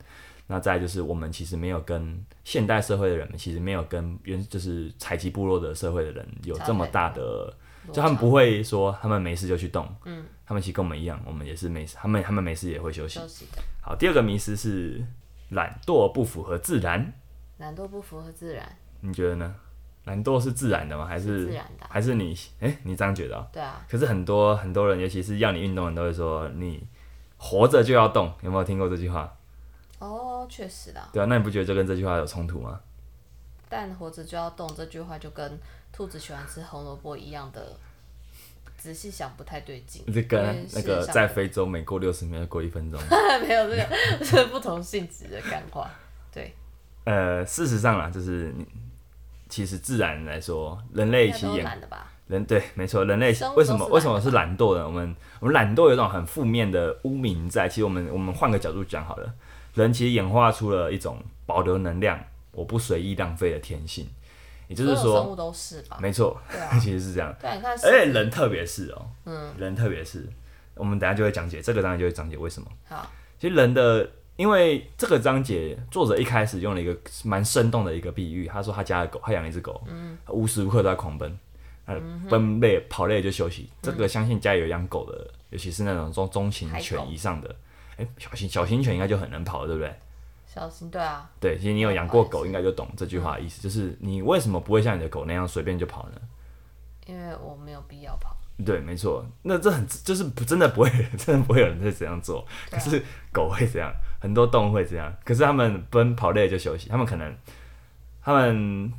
[SPEAKER 1] 那再来就是我们其实没有跟现代社会的人们，其实没有跟原就是采集部落的社会的人有这么大的，就他们不会说他们没事就去动，嗯，他们其实跟我们一样，我们也是没事，他们他们没事也会休息
[SPEAKER 2] 休。息的
[SPEAKER 1] 好，第二个迷失是懒惰不符合自然。
[SPEAKER 2] 难度不符合自然，
[SPEAKER 1] 你觉得呢？懒惰是自然的吗？还是
[SPEAKER 2] 自然的啊
[SPEAKER 1] 还是你哎、你这样觉得、啊？
[SPEAKER 2] 对啊，
[SPEAKER 1] 可是很多很多人，尤其是要你运动的人，都会说你活着就要动，有没有听过这句话？
[SPEAKER 2] 哦，确实的啊，
[SPEAKER 1] 对啊，那你不觉得这跟这句话有冲突吗？
[SPEAKER 2] 但活着就要动这句话就跟兔子喜欢吃红萝卜一样的，仔细想不太对劲，
[SPEAKER 1] 这
[SPEAKER 2] 因
[SPEAKER 1] 跟
[SPEAKER 2] 为
[SPEAKER 1] 那
[SPEAKER 2] 世界
[SPEAKER 1] 个
[SPEAKER 2] 上
[SPEAKER 1] 在非洲每过六十秒就过一分钟。
[SPEAKER 2] 没有这个是不同性质的感化，对，
[SPEAKER 1] 呃，事实上啦，就是你其实自然来说，人类
[SPEAKER 2] 应
[SPEAKER 1] 其
[SPEAKER 2] 该
[SPEAKER 1] 实
[SPEAKER 2] 都
[SPEAKER 1] 演
[SPEAKER 2] 懒的吧？
[SPEAKER 1] 人对，没错，人类
[SPEAKER 2] 生物
[SPEAKER 1] 为
[SPEAKER 2] 都
[SPEAKER 1] 什
[SPEAKER 2] 是
[SPEAKER 1] 么
[SPEAKER 2] 懒
[SPEAKER 1] 为什么是懒惰呢？我们我们懒惰有一种很负面的污名在。其实我们我们换个角度讲好了，人其实演化出了一种保留能量、我不随意浪费的天性，也就是
[SPEAKER 2] 所有生
[SPEAKER 1] 说，哎
[SPEAKER 2] 物都是吧？
[SPEAKER 1] 没错，
[SPEAKER 2] 对 啊，
[SPEAKER 1] 其实是这样。
[SPEAKER 2] 对啊，你看狮
[SPEAKER 1] 而且
[SPEAKER 2] 子，
[SPEAKER 1] 人特别是哦，
[SPEAKER 2] 嗯，
[SPEAKER 1] 人特别是，我们等一下就会讲解，这个当然就会讲解为什么。
[SPEAKER 2] 好，
[SPEAKER 1] 其实人的，因为这个章节作者一开始用了一个蛮生动的一个比喻，他说他家的狗，他养了一只狗，他无时无刻都在狂奔，呃，奔累跑累了就休息。这个相信家里有养狗的，尤其是那种中中型
[SPEAKER 2] 海狗
[SPEAKER 1] 犬以上的，哎、小型小型犬应该就很能跑了，对不对？
[SPEAKER 2] 小心，对啊，
[SPEAKER 1] 对，其实你有养过狗，应该就懂这句话的意思，就是你为什么不会像你的狗那样随便就跑呢？
[SPEAKER 2] 因为我没有必要跑，
[SPEAKER 1] 对，没错，那这很就是不真的不会， 真的不会有人会这样做。可
[SPEAKER 2] 对啊
[SPEAKER 1] 是狗会这样，很多动物会这样。可是他们奔跑累了就休息，他们可能，他们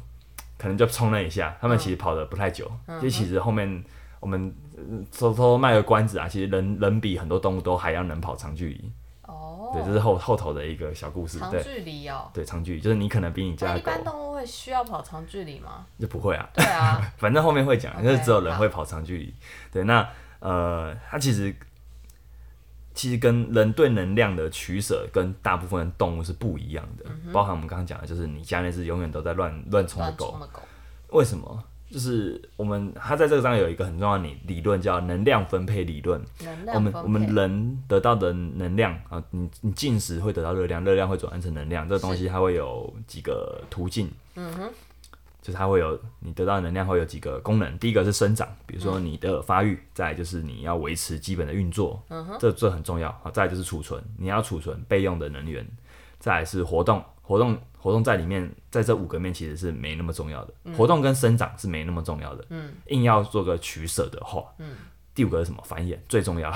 [SPEAKER 1] 可能就冲了一下，他们
[SPEAKER 2] 嗯
[SPEAKER 1] 其实跑的不太久。就其实后面我们呃偷偷卖个关子啊，其实人人比很多动物都还要能跑长距离。
[SPEAKER 2] 哦，
[SPEAKER 1] 对，这是后后头的一个小故事。
[SPEAKER 2] 长
[SPEAKER 1] 对
[SPEAKER 2] 距离哦。
[SPEAKER 1] 对，长距离就是你可能比你家
[SPEAKER 2] 那
[SPEAKER 1] 的
[SPEAKER 2] 一
[SPEAKER 1] 狗
[SPEAKER 2] 般动物会需要跑长距离吗？
[SPEAKER 1] 就不会啊，
[SPEAKER 2] 对啊，
[SPEAKER 1] 反正后面会讲，
[SPEAKER 2] OK，
[SPEAKER 1] 就是只有人会跑长距离。对，那呃，它其实其实跟人对能量的取舍跟大部分动物是不一样的，
[SPEAKER 2] 嗯
[SPEAKER 1] 包含我们刚刚讲的，就是你家那只永远都在乱乱冲的
[SPEAKER 2] 乱
[SPEAKER 1] 狗
[SPEAKER 2] 冲，的狗，
[SPEAKER 1] 为什么？就是我们它在这个章有一个很重要的理理论叫能量分配理论。
[SPEAKER 2] 能
[SPEAKER 1] 我
[SPEAKER 2] 量
[SPEAKER 1] 们
[SPEAKER 2] 分配
[SPEAKER 1] 我们人得到的能量啊，你你进食会得到热量，热量会转换成能量，这个东西它会有几个途径。嗯哼，就是它会有你得到的能量会有几个功能，第一个是生长，比如说你的发育，再来就是你要维持基本的运作，嗯哼，这这很重要啊。再来就是储存，你要储存备用的能源，再来是活动，活动活动在里面，在这五个面其实是没那么重要的，活动跟生长是没那么重要的，嗯，硬要做个取舍的话，嗯。第五个是什么？繁衍最重要。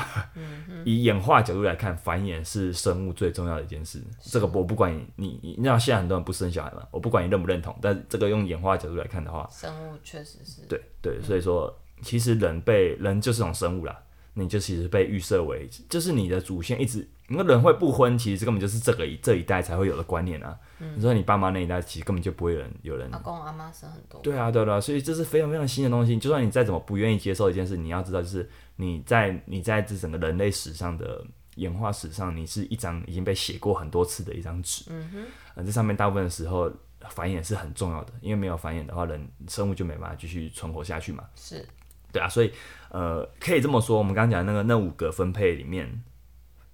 [SPEAKER 1] 以演化角度来看，繁衍是生物最重要的一件事。这个我不管你，你你知道现在很多人不生小孩嘛，我不管你认不认同，但是这个用演化角度来看的话，
[SPEAKER 2] 生物确实是
[SPEAKER 1] 对对，所以说其实人被人就是种生物啦，你就其实被预设为就是你的祖先一直，那人会不婚，其实根本就是这个一这一代才会有的观念啊。你说你爸妈那一代，其实根本就不会有人有人
[SPEAKER 2] 阿公阿妈生很多，
[SPEAKER 1] 对啊，对啊对啊，所以这是非常非常新的东西。就算你再怎么不愿意接受一件事，你要知道，就是你在你在这整个人类史上的演化史上，你是一张已经被写过很多次的一张纸。嗯哼，呃，这上面大部分的时候繁衍是很重要的，因为没有繁衍的话，人生物就没办法继续存活下去嘛。
[SPEAKER 2] 是
[SPEAKER 1] 对啊，所以呃，可以这么说，我们刚刚讲的那个那五个分配里面，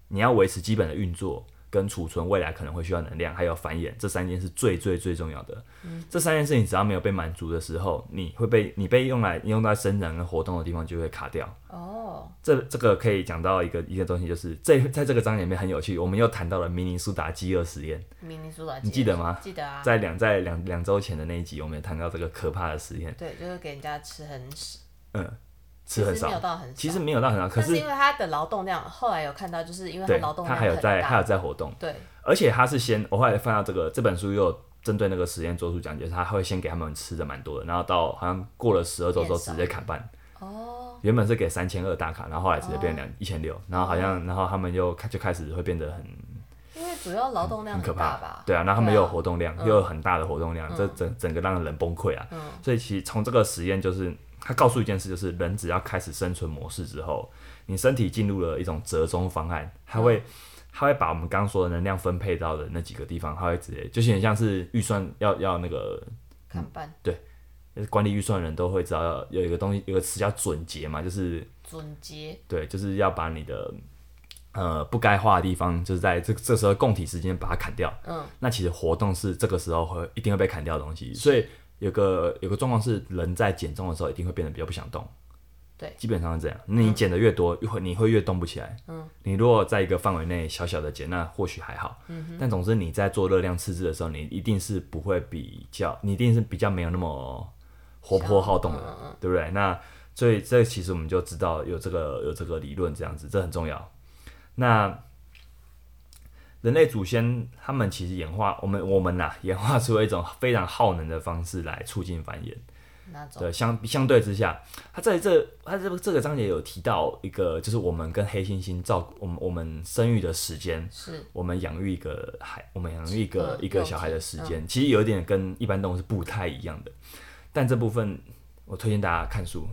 [SPEAKER 1] 你要维持基本的运作，跟储存未来可能会需要能量，还有繁衍，这三件是最最最重要的。
[SPEAKER 2] 嗯
[SPEAKER 1] 这三件事情只要没有被满足的时候，你会被你被用来用到生长跟活动的地方就会卡掉。
[SPEAKER 2] 哦，
[SPEAKER 1] 这这个可以讲到一个一个东西，就是这在这个章节里面很有趣，我们又谈到了明尼苏达饥饿实验，
[SPEAKER 2] 明尼苏达，
[SPEAKER 1] 你记得吗？
[SPEAKER 2] 记得啊，
[SPEAKER 1] 在两在两两周前的那一集，我们也谈到这个可怕的实验，
[SPEAKER 2] 对，就是给人家吃很少，
[SPEAKER 1] 嗯，
[SPEAKER 2] 其
[SPEAKER 1] 吃很
[SPEAKER 2] 实没有
[SPEAKER 1] 少，
[SPEAKER 2] 到很少，
[SPEAKER 1] 其实没有到很少，可
[SPEAKER 2] 但是
[SPEAKER 1] 是
[SPEAKER 2] 因为他的劳动量，后来有看到，就是因为他
[SPEAKER 1] 对
[SPEAKER 2] 劳动
[SPEAKER 1] 它
[SPEAKER 2] 量
[SPEAKER 1] 还有
[SPEAKER 2] 很
[SPEAKER 1] 在
[SPEAKER 2] 大
[SPEAKER 1] 还有在活动，
[SPEAKER 2] 对，
[SPEAKER 1] 而且他是先，我后来翻到这个这本书又有针对那个实验做出讲解，他会先给他们吃的蛮多的，然后到好像过了十二周之后
[SPEAKER 2] 变少
[SPEAKER 1] 直接砍半，
[SPEAKER 2] 哦，
[SPEAKER 1] 原本是给三千二大卡，然后后来直接变两一千六，然后好像然后他们又开就开始会变得很
[SPEAKER 2] 因为主要劳动
[SPEAKER 1] 嗯
[SPEAKER 2] 量
[SPEAKER 1] 很可怕
[SPEAKER 2] 大吧？
[SPEAKER 1] 对啊，那他们
[SPEAKER 2] 对啊嗯
[SPEAKER 1] 又有活动量，又有很大的活动量，这整整个让人崩溃啊。所以其实从这个实验就是，他告诉一件事，就是人只要开始生存模式之后，你身体进入了一种折中方案，它会。它会把我们刚刚说的能量分配到的那几个地方，它会直接就是很像是预算要要那个
[SPEAKER 2] 看
[SPEAKER 1] 嗯
[SPEAKER 2] 办
[SPEAKER 1] 管理预算的人都会知道要有一个东西有个词叫准结嘛，就是
[SPEAKER 2] 准结，
[SPEAKER 1] 对，就是要把你的呃不该花的地方，就是在这这时候供体时间把它砍掉。
[SPEAKER 2] 嗯，
[SPEAKER 1] 那其实活动是这个时候会一定会被砍掉的东西，所以有个有个状况是，人在减重的时候一定会变得比较不想动。
[SPEAKER 2] 对
[SPEAKER 1] 基本上是这样。那你减的越多，会你会越动不起来。嗯，你如果在一个范围内小小的减，那或许还好。嗯但总之你在做热量赤字的时候，你一定是不会比较，你一定是比较没有那么活泼好动的，对不对？那所以这其实我们就知道有这个有这个理论这样子，这很重要。那人类祖先他们其实演化，我们我们呐、演化出了一种非常耗能的方式来促进繁衍。
[SPEAKER 2] 那种
[SPEAKER 1] 对，相相对之下，他在这他这这个章节有提到一个，就是我们跟黑猩猩照顾我们我们生育的时间，
[SPEAKER 2] 是
[SPEAKER 1] 我们养育一个孩，我们养育一个、
[SPEAKER 2] 嗯
[SPEAKER 1] 一个
[SPEAKER 2] 幼
[SPEAKER 1] 小
[SPEAKER 2] 体
[SPEAKER 1] 孩的时间，其实有点跟一般动物是不太一样的。但这部分我推荐大家看书，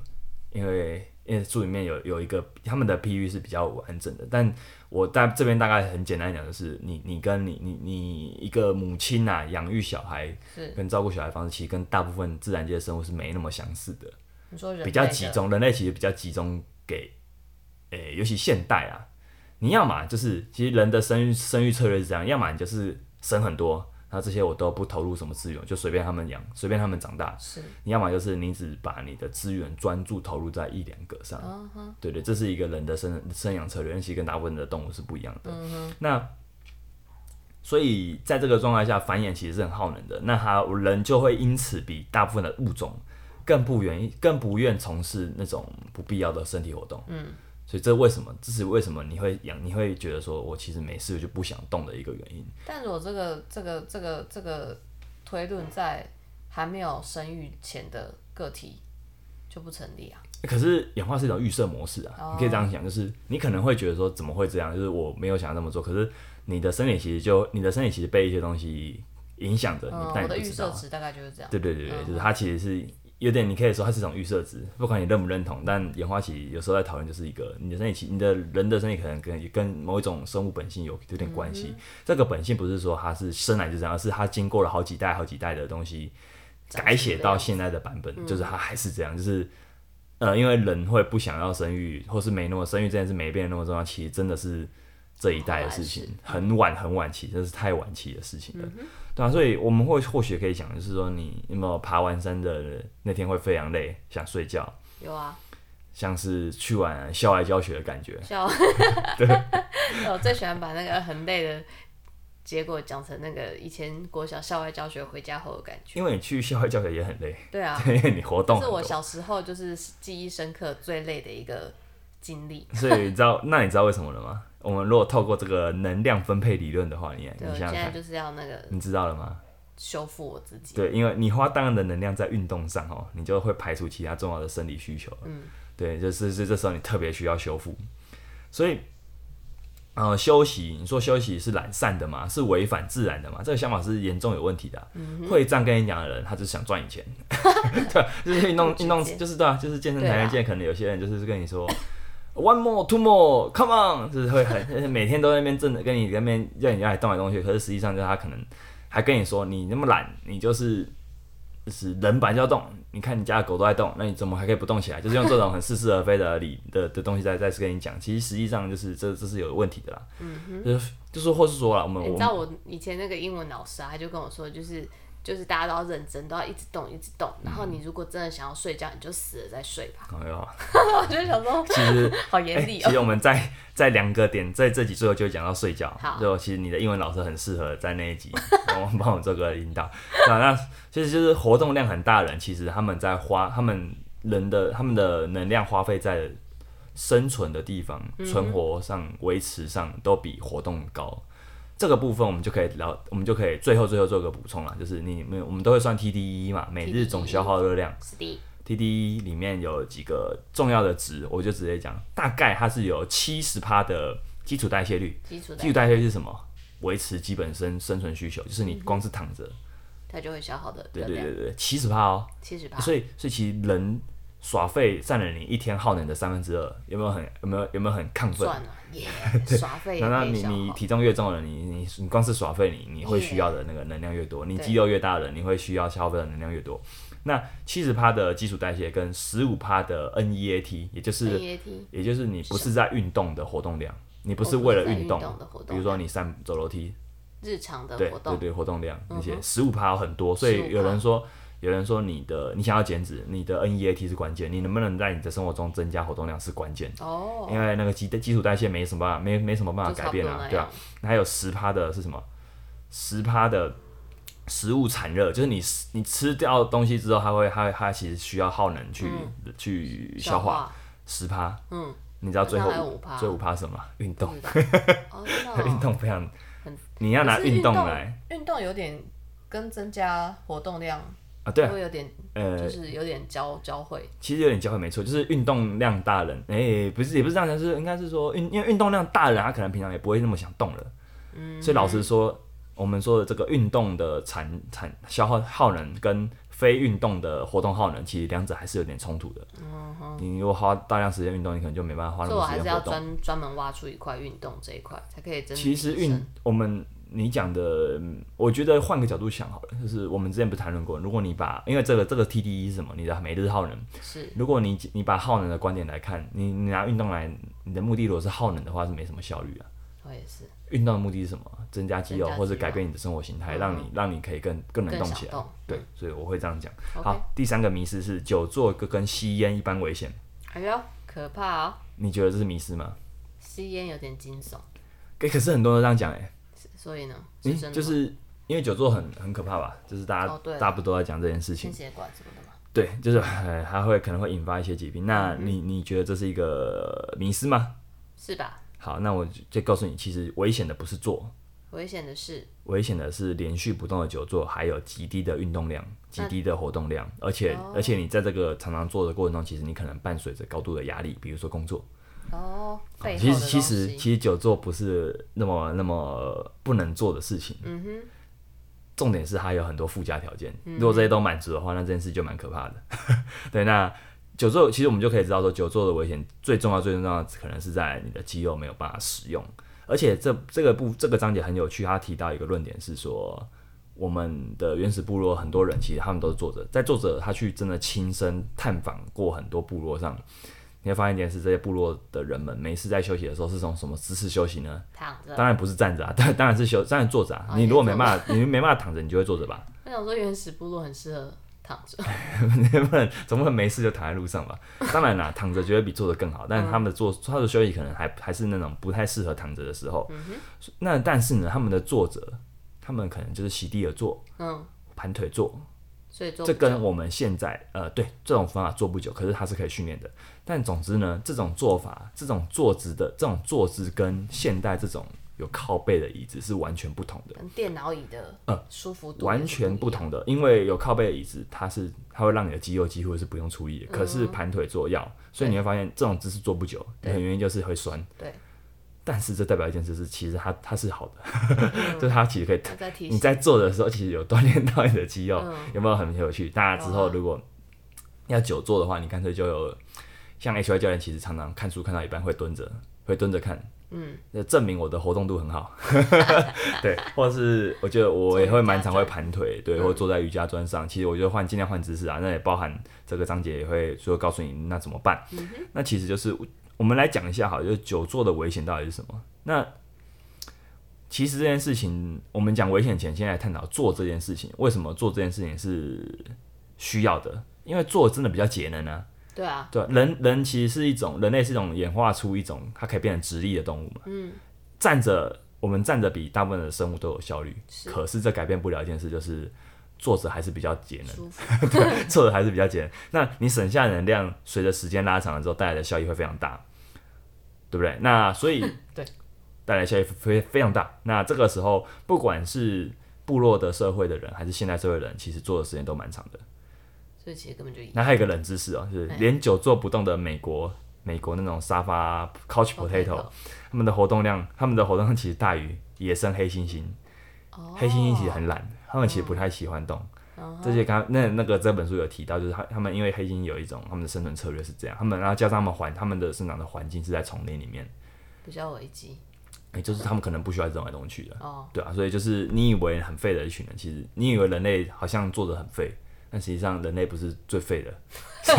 [SPEAKER 1] 因为因为书里面有有一个他们的譬喻是比较完整的。但我大这边大概很简单讲，就是你你跟你你你一个母亲呐、养育小孩
[SPEAKER 2] 是
[SPEAKER 1] 跟照顾小孩的方式，其实跟大部分自然界的生物是没那么相似的。
[SPEAKER 2] 你说人
[SPEAKER 1] 比较
[SPEAKER 2] 类的
[SPEAKER 1] 集中，人类其实比较集中给，诶、尤其现代啊，你要嘛就是其实人的生育生育策略是这样，要么你就是生很多，然后这些我都不投入什么资源，就随便他们养，随便他们长大。
[SPEAKER 2] 是
[SPEAKER 1] 你要么就是你只把你的资源专注投入在一两个上，
[SPEAKER 2] 嗯
[SPEAKER 1] 对对，这是一个人的生生养策略，其实跟大部分的动物是不一样的。
[SPEAKER 2] 嗯
[SPEAKER 1] 那所以在这个状态下，繁衍其实是很耗能的，那它人就会因此比大部分的物种更不愿意、更不愿从事那种不必要的身体活动。嗯，所以这为什么？这是为什么你会养？你会觉得说我其实没事我就不想动的一个原因。
[SPEAKER 2] 但如果这个这个这个这个推论在还没有生育前的个体就不成立啊，
[SPEAKER 1] 可是演化是一种预设模式啊，
[SPEAKER 2] 哦
[SPEAKER 1] 你可以这样想，就是你可能会觉得说怎么会这样，就是我没有想要这么做，可是你的身体其实就你的身体其实被一些东西影响着，你、
[SPEAKER 2] 嗯，
[SPEAKER 1] 但
[SPEAKER 2] 我
[SPEAKER 1] 你
[SPEAKER 2] 的
[SPEAKER 1] 不
[SPEAKER 2] 预
[SPEAKER 1] 知道
[SPEAKER 2] 设
[SPEAKER 1] 啊。
[SPEAKER 2] 值大概就是这样，
[SPEAKER 1] 对对对对，就是它其实是有点，你可以说它是一种预设值，不管你认不认同，但演化其实有时候在讨论就是一个你的身体其，你的人的身体可能跟跟某一种生物本性有有点关系。这个本性不是说它是生来就这样，而是它经过了好几代好几代的东西
[SPEAKER 2] 长
[SPEAKER 1] 改
[SPEAKER 2] 出
[SPEAKER 1] 写
[SPEAKER 2] 这
[SPEAKER 1] 到
[SPEAKER 2] 样
[SPEAKER 1] 现在的版本，就是它还是这样，就是。呃，因为人会不想要生育，或是没那么生育这件事没变得那么重要，其实真的是这一代的事情，很晚很晚期，真是太晚期的事情
[SPEAKER 2] 嗯
[SPEAKER 1] 了。对啊，所以我们会或许可以讲，就是说你有没有爬完山的那天会非常累，想睡觉，
[SPEAKER 2] 有啊，
[SPEAKER 1] 像是去完校外教学的感觉。
[SPEAKER 2] 像 我最喜欢把那个很累的结果讲成那个以前国小校外教学回家后的感觉，
[SPEAKER 1] 因为你去校外教学也很累，
[SPEAKER 2] 对啊，
[SPEAKER 1] 因为你活动
[SPEAKER 2] 这
[SPEAKER 1] 很
[SPEAKER 2] 是我
[SPEAKER 1] 多，
[SPEAKER 2] 小时候就是记忆深刻最累的一个经历，
[SPEAKER 1] 所以你知道，那你知道为什么了吗？我们如果透过这个能量分配理论的话，你你
[SPEAKER 2] 对我
[SPEAKER 1] 想想
[SPEAKER 2] 现在
[SPEAKER 1] 看，
[SPEAKER 2] 就是要那个
[SPEAKER 1] 你知道了吗？
[SPEAKER 2] 修复我自己，
[SPEAKER 1] 对，因为你花大量的能量在运动上哦，你就会排除其他重要的生理需求。嗯，对，就是这这时候你特别需要修复，所以，呃，休息，你说休息是懒散的嘛？是违反自然的嘛？这个想法是严重有问题的啊、会这样跟你讲的人，他就是想赚你钱。 对， 就是运动运动
[SPEAKER 2] 直接
[SPEAKER 1] 就是对啊，就是健身
[SPEAKER 2] 对
[SPEAKER 1] 台
[SPEAKER 2] 啦
[SPEAKER 1] 上见，可能有些人就是跟你说。One more, two more, come on，就是会很就是每天都在那边正的跟你在那边让你来动来动去，可是实际上就是他可能还跟你说你那么懒，你就是就是人本来就要动，你看你家的狗都在动，那你怎么还可以不动起来？就是用这种很似是而非的理的的东西在再次跟你讲，其实实际上就是这这是有问题的啦。嗯哎就是就是或是说啦，我们
[SPEAKER 2] 欸你
[SPEAKER 1] 我
[SPEAKER 2] 知
[SPEAKER 1] 们
[SPEAKER 2] 道我以前那个英文老师啊，他就跟我说，就是就是大家都要认真，都要一直动，一直动。然后
[SPEAKER 1] 嗯
[SPEAKER 2] 你如果真的想要睡觉，你就死了再睡吧。
[SPEAKER 1] 哎呦，
[SPEAKER 2] 我就想说，
[SPEAKER 1] 其实
[SPEAKER 2] 好
[SPEAKER 1] 哎、
[SPEAKER 2] 严厉
[SPEAKER 1] 其
[SPEAKER 2] 哦。
[SPEAKER 1] 实我们在 在两个点，在这集最后就会讲到睡觉
[SPEAKER 2] 好。
[SPEAKER 1] 就其实你的英文老师很适合在那一集， 帮我帮我做个引导。啊那那其实就是活动量很大的人，其实他们在花他们人的他们的能量花费在生存的地方、
[SPEAKER 2] 嗯
[SPEAKER 1] 存活上、维持上都比活动高。这个部分我们就可以聊，我们就可以最后最后做个补充了，就是你们我们都会算 TDE 嘛，每日总消耗热量。
[SPEAKER 2] 是的，
[SPEAKER 1] TDE E 里面有几个重要的值，我就直接讲，大概它是有七十趴的基础代谢率。
[SPEAKER 2] 基础的
[SPEAKER 1] 基础代谢率是什么？维持基本生生存需求，就是你光是躺着，
[SPEAKER 2] 嗯它就会消耗的
[SPEAKER 1] 对
[SPEAKER 2] 热
[SPEAKER 1] 对
[SPEAKER 2] 量
[SPEAKER 1] 对对，七十趴哦。
[SPEAKER 2] 七十八。
[SPEAKER 1] 所以所以其实人耍废占了你一天耗能的三分之二，有没有很有没有有没有很亢奋？
[SPEAKER 2] 算了， 耶，耍废也
[SPEAKER 1] 那那
[SPEAKER 2] 可以
[SPEAKER 1] 你
[SPEAKER 2] 消
[SPEAKER 1] 你
[SPEAKER 2] 耗。
[SPEAKER 1] 体重越重的人，你你你光是耍废，你你会需要的那个能量越多；你肌肉越大的人，你会需要消费的能量越多。那七十趴的基础代谢跟十五趴的 NEAT，也就是
[SPEAKER 2] AAT
[SPEAKER 1] 也就是你不是在运动的活动量，你不是
[SPEAKER 2] 哦不
[SPEAKER 1] 为
[SPEAKER 2] 是
[SPEAKER 1] 了
[SPEAKER 2] 在
[SPEAKER 1] 运
[SPEAKER 2] 运
[SPEAKER 1] 动
[SPEAKER 2] 动的活，
[SPEAKER 1] 比
[SPEAKER 2] 动
[SPEAKER 1] 如说你散走楼梯，
[SPEAKER 2] 日常的
[SPEAKER 1] 对
[SPEAKER 2] 活
[SPEAKER 1] 对
[SPEAKER 2] 动，嗯
[SPEAKER 1] 对，活动量那些十五趴很多，所
[SPEAKER 2] 15%
[SPEAKER 1] 以有人说。有人说你的你想要减脂，你的 NEAT 是关键，你能不能在你的生活中增加活动量是关键，
[SPEAKER 2] 哦，
[SPEAKER 1] 因为那个基基础代谢没什么办法，没没什么办
[SPEAKER 2] 就
[SPEAKER 1] 法
[SPEAKER 2] 差
[SPEAKER 1] 改
[SPEAKER 2] 不多
[SPEAKER 1] 变
[SPEAKER 2] 那
[SPEAKER 1] 啊，对啊
[SPEAKER 2] 样，。
[SPEAKER 1] 还有十趴的是什么？十趴的食物产热，就是你吃你吃掉东西之后，它会它会它其实需要耗能去、去消化。十趴，
[SPEAKER 2] 嗯，
[SPEAKER 1] 你知道最后
[SPEAKER 2] 那还有5%
[SPEAKER 1] 最后五趴是什么？运动，
[SPEAKER 2] 哦，
[SPEAKER 1] 运
[SPEAKER 2] 真的哦
[SPEAKER 1] 动非常
[SPEAKER 2] 很，
[SPEAKER 1] 你要拿
[SPEAKER 2] 可是
[SPEAKER 1] 运动
[SPEAKER 2] 运动
[SPEAKER 1] 来
[SPEAKER 2] 运动有点跟增加活动量
[SPEAKER 1] 啊，对啊，
[SPEAKER 2] 会有点，
[SPEAKER 1] 呃，
[SPEAKER 2] 就是有点交交汇。
[SPEAKER 1] 其实有点交汇没错，就是运动量大人，哎、不是也不是这样讲，就是应该是说运，因为运动量大人，他可能平常也不会那么想动了。嗯，所以老实说，我们说的这个运动的产产消耗耗能跟非运动的活动耗能，其实两者还是有点冲突的。嗯你如果花大量时间运动，你可能就没办法花那
[SPEAKER 2] 所以我
[SPEAKER 1] 么多啊
[SPEAKER 2] 还
[SPEAKER 1] 时
[SPEAKER 2] 是
[SPEAKER 1] 间
[SPEAKER 2] 要
[SPEAKER 1] 活动。
[SPEAKER 2] 专专门挖出一块运动这一块，才可以真的
[SPEAKER 1] 其实
[SPEAKER 2] 提
[SPEAKER 1] 运
[SPEAKER 2] 升
[SPEAKER 1] 我们你讲的，嗯我觉得换个角度想好了，就是我们之前不是谈论过，如果你把因为这个这个 TDE 是什么，你的每日耗能。
[SPEAKER 2] 是
[SPEAKER 1] 如果你你把耗能的观点来看，你你拿运动来，你的目的如果是耗能的话，是没什么效率啊。
[SPEAKER 2] 我也是
[SPEAKER 1] 运动的目的是什么？增加肌肉，
[SPEAKER 2] 增加肌肉
[SPEAKER 1] 或者改变你的生活形态，
[SPEAKER 2] 嗯
[SPEAKER 1] 让你让你可以更更能
[SPEAKER 2] 更
[SPEAKER 1] 动
[SPEAKER 2] 想
[SPEAKER 1] 起来。
[SPEAKER 2] 动。嗯
[SPEAKER 1] 对，所以我会这样讲。
[SPEAKER 2] OK，
[SPEAKER 1] 好，第三个迷思是久坐跟跟吸烟一般危险，
[SPEAKER 2] 哎呦，可怕哦！
[SPEAKER 1] 你觉得这是迷思吗？
[SPEAKER 2] 吸烟有点惊悚，
[SPEAKER 1] 可可是很多人都这样讲哎、
[SPEAKER 2] 所以呢，
[SPEAKER 1] 欸，
[SPEAKER 2] 是真的
[SPEAKER 1] 就是因为久坐很很可怕吧？就是大家、
[SPEAKER 2] 哦对了
[SPEAKER 1] 大部分都在讲这件事情
[SPEAKER 2] 心。血管什么的嘛。
[SPEAKER 1] 对，就是呃，它会可能会引发一些疾病。那
[SPEAKER 2] 嗯
[SPEAKER 1] 你你觉得这是一个迷思吗？
[SPEAKER 2] 是吧？
[SPEAKER 1] 好，那我就就告诉你，其实危险的不是坐，
[SPEAKER 2] 危险的是，
[SPEAKER 1] 危险的是连续不动的久坐，还有极低的运动量、极低的活动量，而且、
[SPEAKER 2] 哦
[SPEAKER 1] 而且你在这个常常坐的过程中，其实你可能伴随着高度的压力，比如说工作。
[SPEAKER 2] 哦，
[SPEAKER 1] 啊
[SPEAKER 2] 背后
[SPEAKER 1] 其
[SPEAKER 2] 的
[SPEAKER 1] 实其
[SPEAKER 2] 东
[SPEAKER 1] 实
[SPEAKER 2] 西
[SPEAKER 1] 其实久坐不是那么那么不能做的事情。嗯哼。重点是它有很多附加条件，
[SPEAKER 2] 嗯
[SPEAKER 1] 如果这些都满足的话，那这件事就蛮可怕的。 对，那久坐其实我们就可以知道说，久坐的危险最重要最重要的可能是在你的肌肉没有办法使用，而且这这个部这个章节很有趣，他提到一个论点是说。我们的原始部落很多人，其实他们都是作者，在作者他去真的亲身探访过很多部落上，你会发现一件事：这些部落的人们每次在休息的时候是从什么姿势休息呢？
[SPEAKER 2] 躺着。
[SPEAKER 1] 当然不是站着啊， 当当然是休，当然坐着啊。
[SPEAKER 2] 哦
[SPEAKER 1] 你如果
[SPEAKER 2] 你
[SPEAKER 1] 没
[SPEAKER 2] 坐着
[SPEAKER 1] 办法，你没办法躺着，你就会坐着吧？
[SPEAKER 2] 我想说，原始部落很适合躺着，
[SPEAKER 1] 哎能不能总不能没事就躺在路上吧？ 当然啦，躺着绝对比坐着更好，但是他们的坐他的休息可能还还是那种不太适合躺着的时候。那但是呢，他们的坐着，他们可能就是席地而坐，
[SPEAKER 2] 嗯，
[SPEAKER 1] 盘腿坐，
[SPEAKER 2] 所以做
[SPEAKER 1] 这跟我们现在呃对这种方法做不久，可是它是可以训练的。但总之呢，这种做法、这种坐姿的这种坐姿跟现代这种有靠背的椅子是完全不同的，
[SPEAKER 2] 跟电脑椅的舒服
[SPEAKER 1] 嗯
[SPEAKER 2] 度
[SPEAKER 1] 完
[SPEAKER 2] 也是
[SPEAKER 1] 全不
[SPEAKER 2] 一样。
[SPEAKER 1] 同的。因为有靠背的椅子，它是它会让你的肌肉几乎是不用出力的，可是盘腿坐要，所以你会发现这种姿势坐不久，很原因就是会酸。
[SPEAKER 2] 对，
[SPEAKER 1] 但是这代表一件事是，其实它它是好的， 就是它其实可以
[SPEAKER 2] 那再提
[SPEAKER 1] 你
[SPEAKER 2] 醒
[SPEAKER 1] 在做的时候，其实有锻炼到你的肌肉，有没有很有趣？大家之后
[SPEAKER 2] 有啊
[SPEAKER 1] 如果要久坐的话，你干脆就有像 H Y 教练，其实常常看书看到一半会蹲着，会蹲着看，嗯，证明我的活动度很好，对，或者是我觉得我也会蛮常会盘腿，对，或坐在瑜伽砖上，其实我就换尽量换姿势啊，那也包含这个章节也会说告诉你那怎么办，那其实就是我们来讲一下好了，就是久坐的危险到底是什么？那其实这件事情，我们讲危险前，先来探讨做这件事情，为什么做这件事情是需要的？因为做真的比较节能啊，
[SPEAKER 2] 对啊，
[SPEAKER 1] 对啊，人人其实是一种人类是一种演化出一种它可以变成直立的动物嘛。嗯，站着我们站着比大部分的生物都有效率，
[SPEAKER 2] 是
[SPEAKER 1] 可是这改变不了一件事，就是坐着还是比较节能，
[SPEAKER 2] 舒服，
[SPEAKER 1] 坐着还是比较节能。那你省下的能量，随着时间拉长了之后带来的效益会非常大，对不对？那所以
[SPEAKER 2] 对
[SPEAKER 1] 带来效益非非常大。那这个时候，不管是部落的社会的人，还是现代社会的人，其实坐的时间都蛮长的。
[SPEAKER 2] 所以其实根本就一
[SPEAKER 1] 那还有一个冷知识哦，就是
[SPEAKER 2] 哎
[SPEAKER 1] 连久坐不动的美国，美国那种沙发 couch potato，他们的活动量，他们的活动量其实大于野生黑猩猩。
[SPEAKER 2] 哦，嗯
[SPEAKER 1] 黑猩猩其实很懒，他们其实不太喜欢动。这些刚那那个这本书有提到，就是他他们因为黑猩猩有一种他们的生存策略是这样，他们然后加上他们环他们的生长的环境是在丛林里面，
[SPEAKER 2] 比较危机
[SPEAKER 1] 也就是他们可能不需要动来动去的。
[SPEAKER 2] 哦，
[SPEAKER 1] 对啊，所以就是你以为很废的一群人，其实你以为人类好像做的很废，但实际上人类不是最废的。 其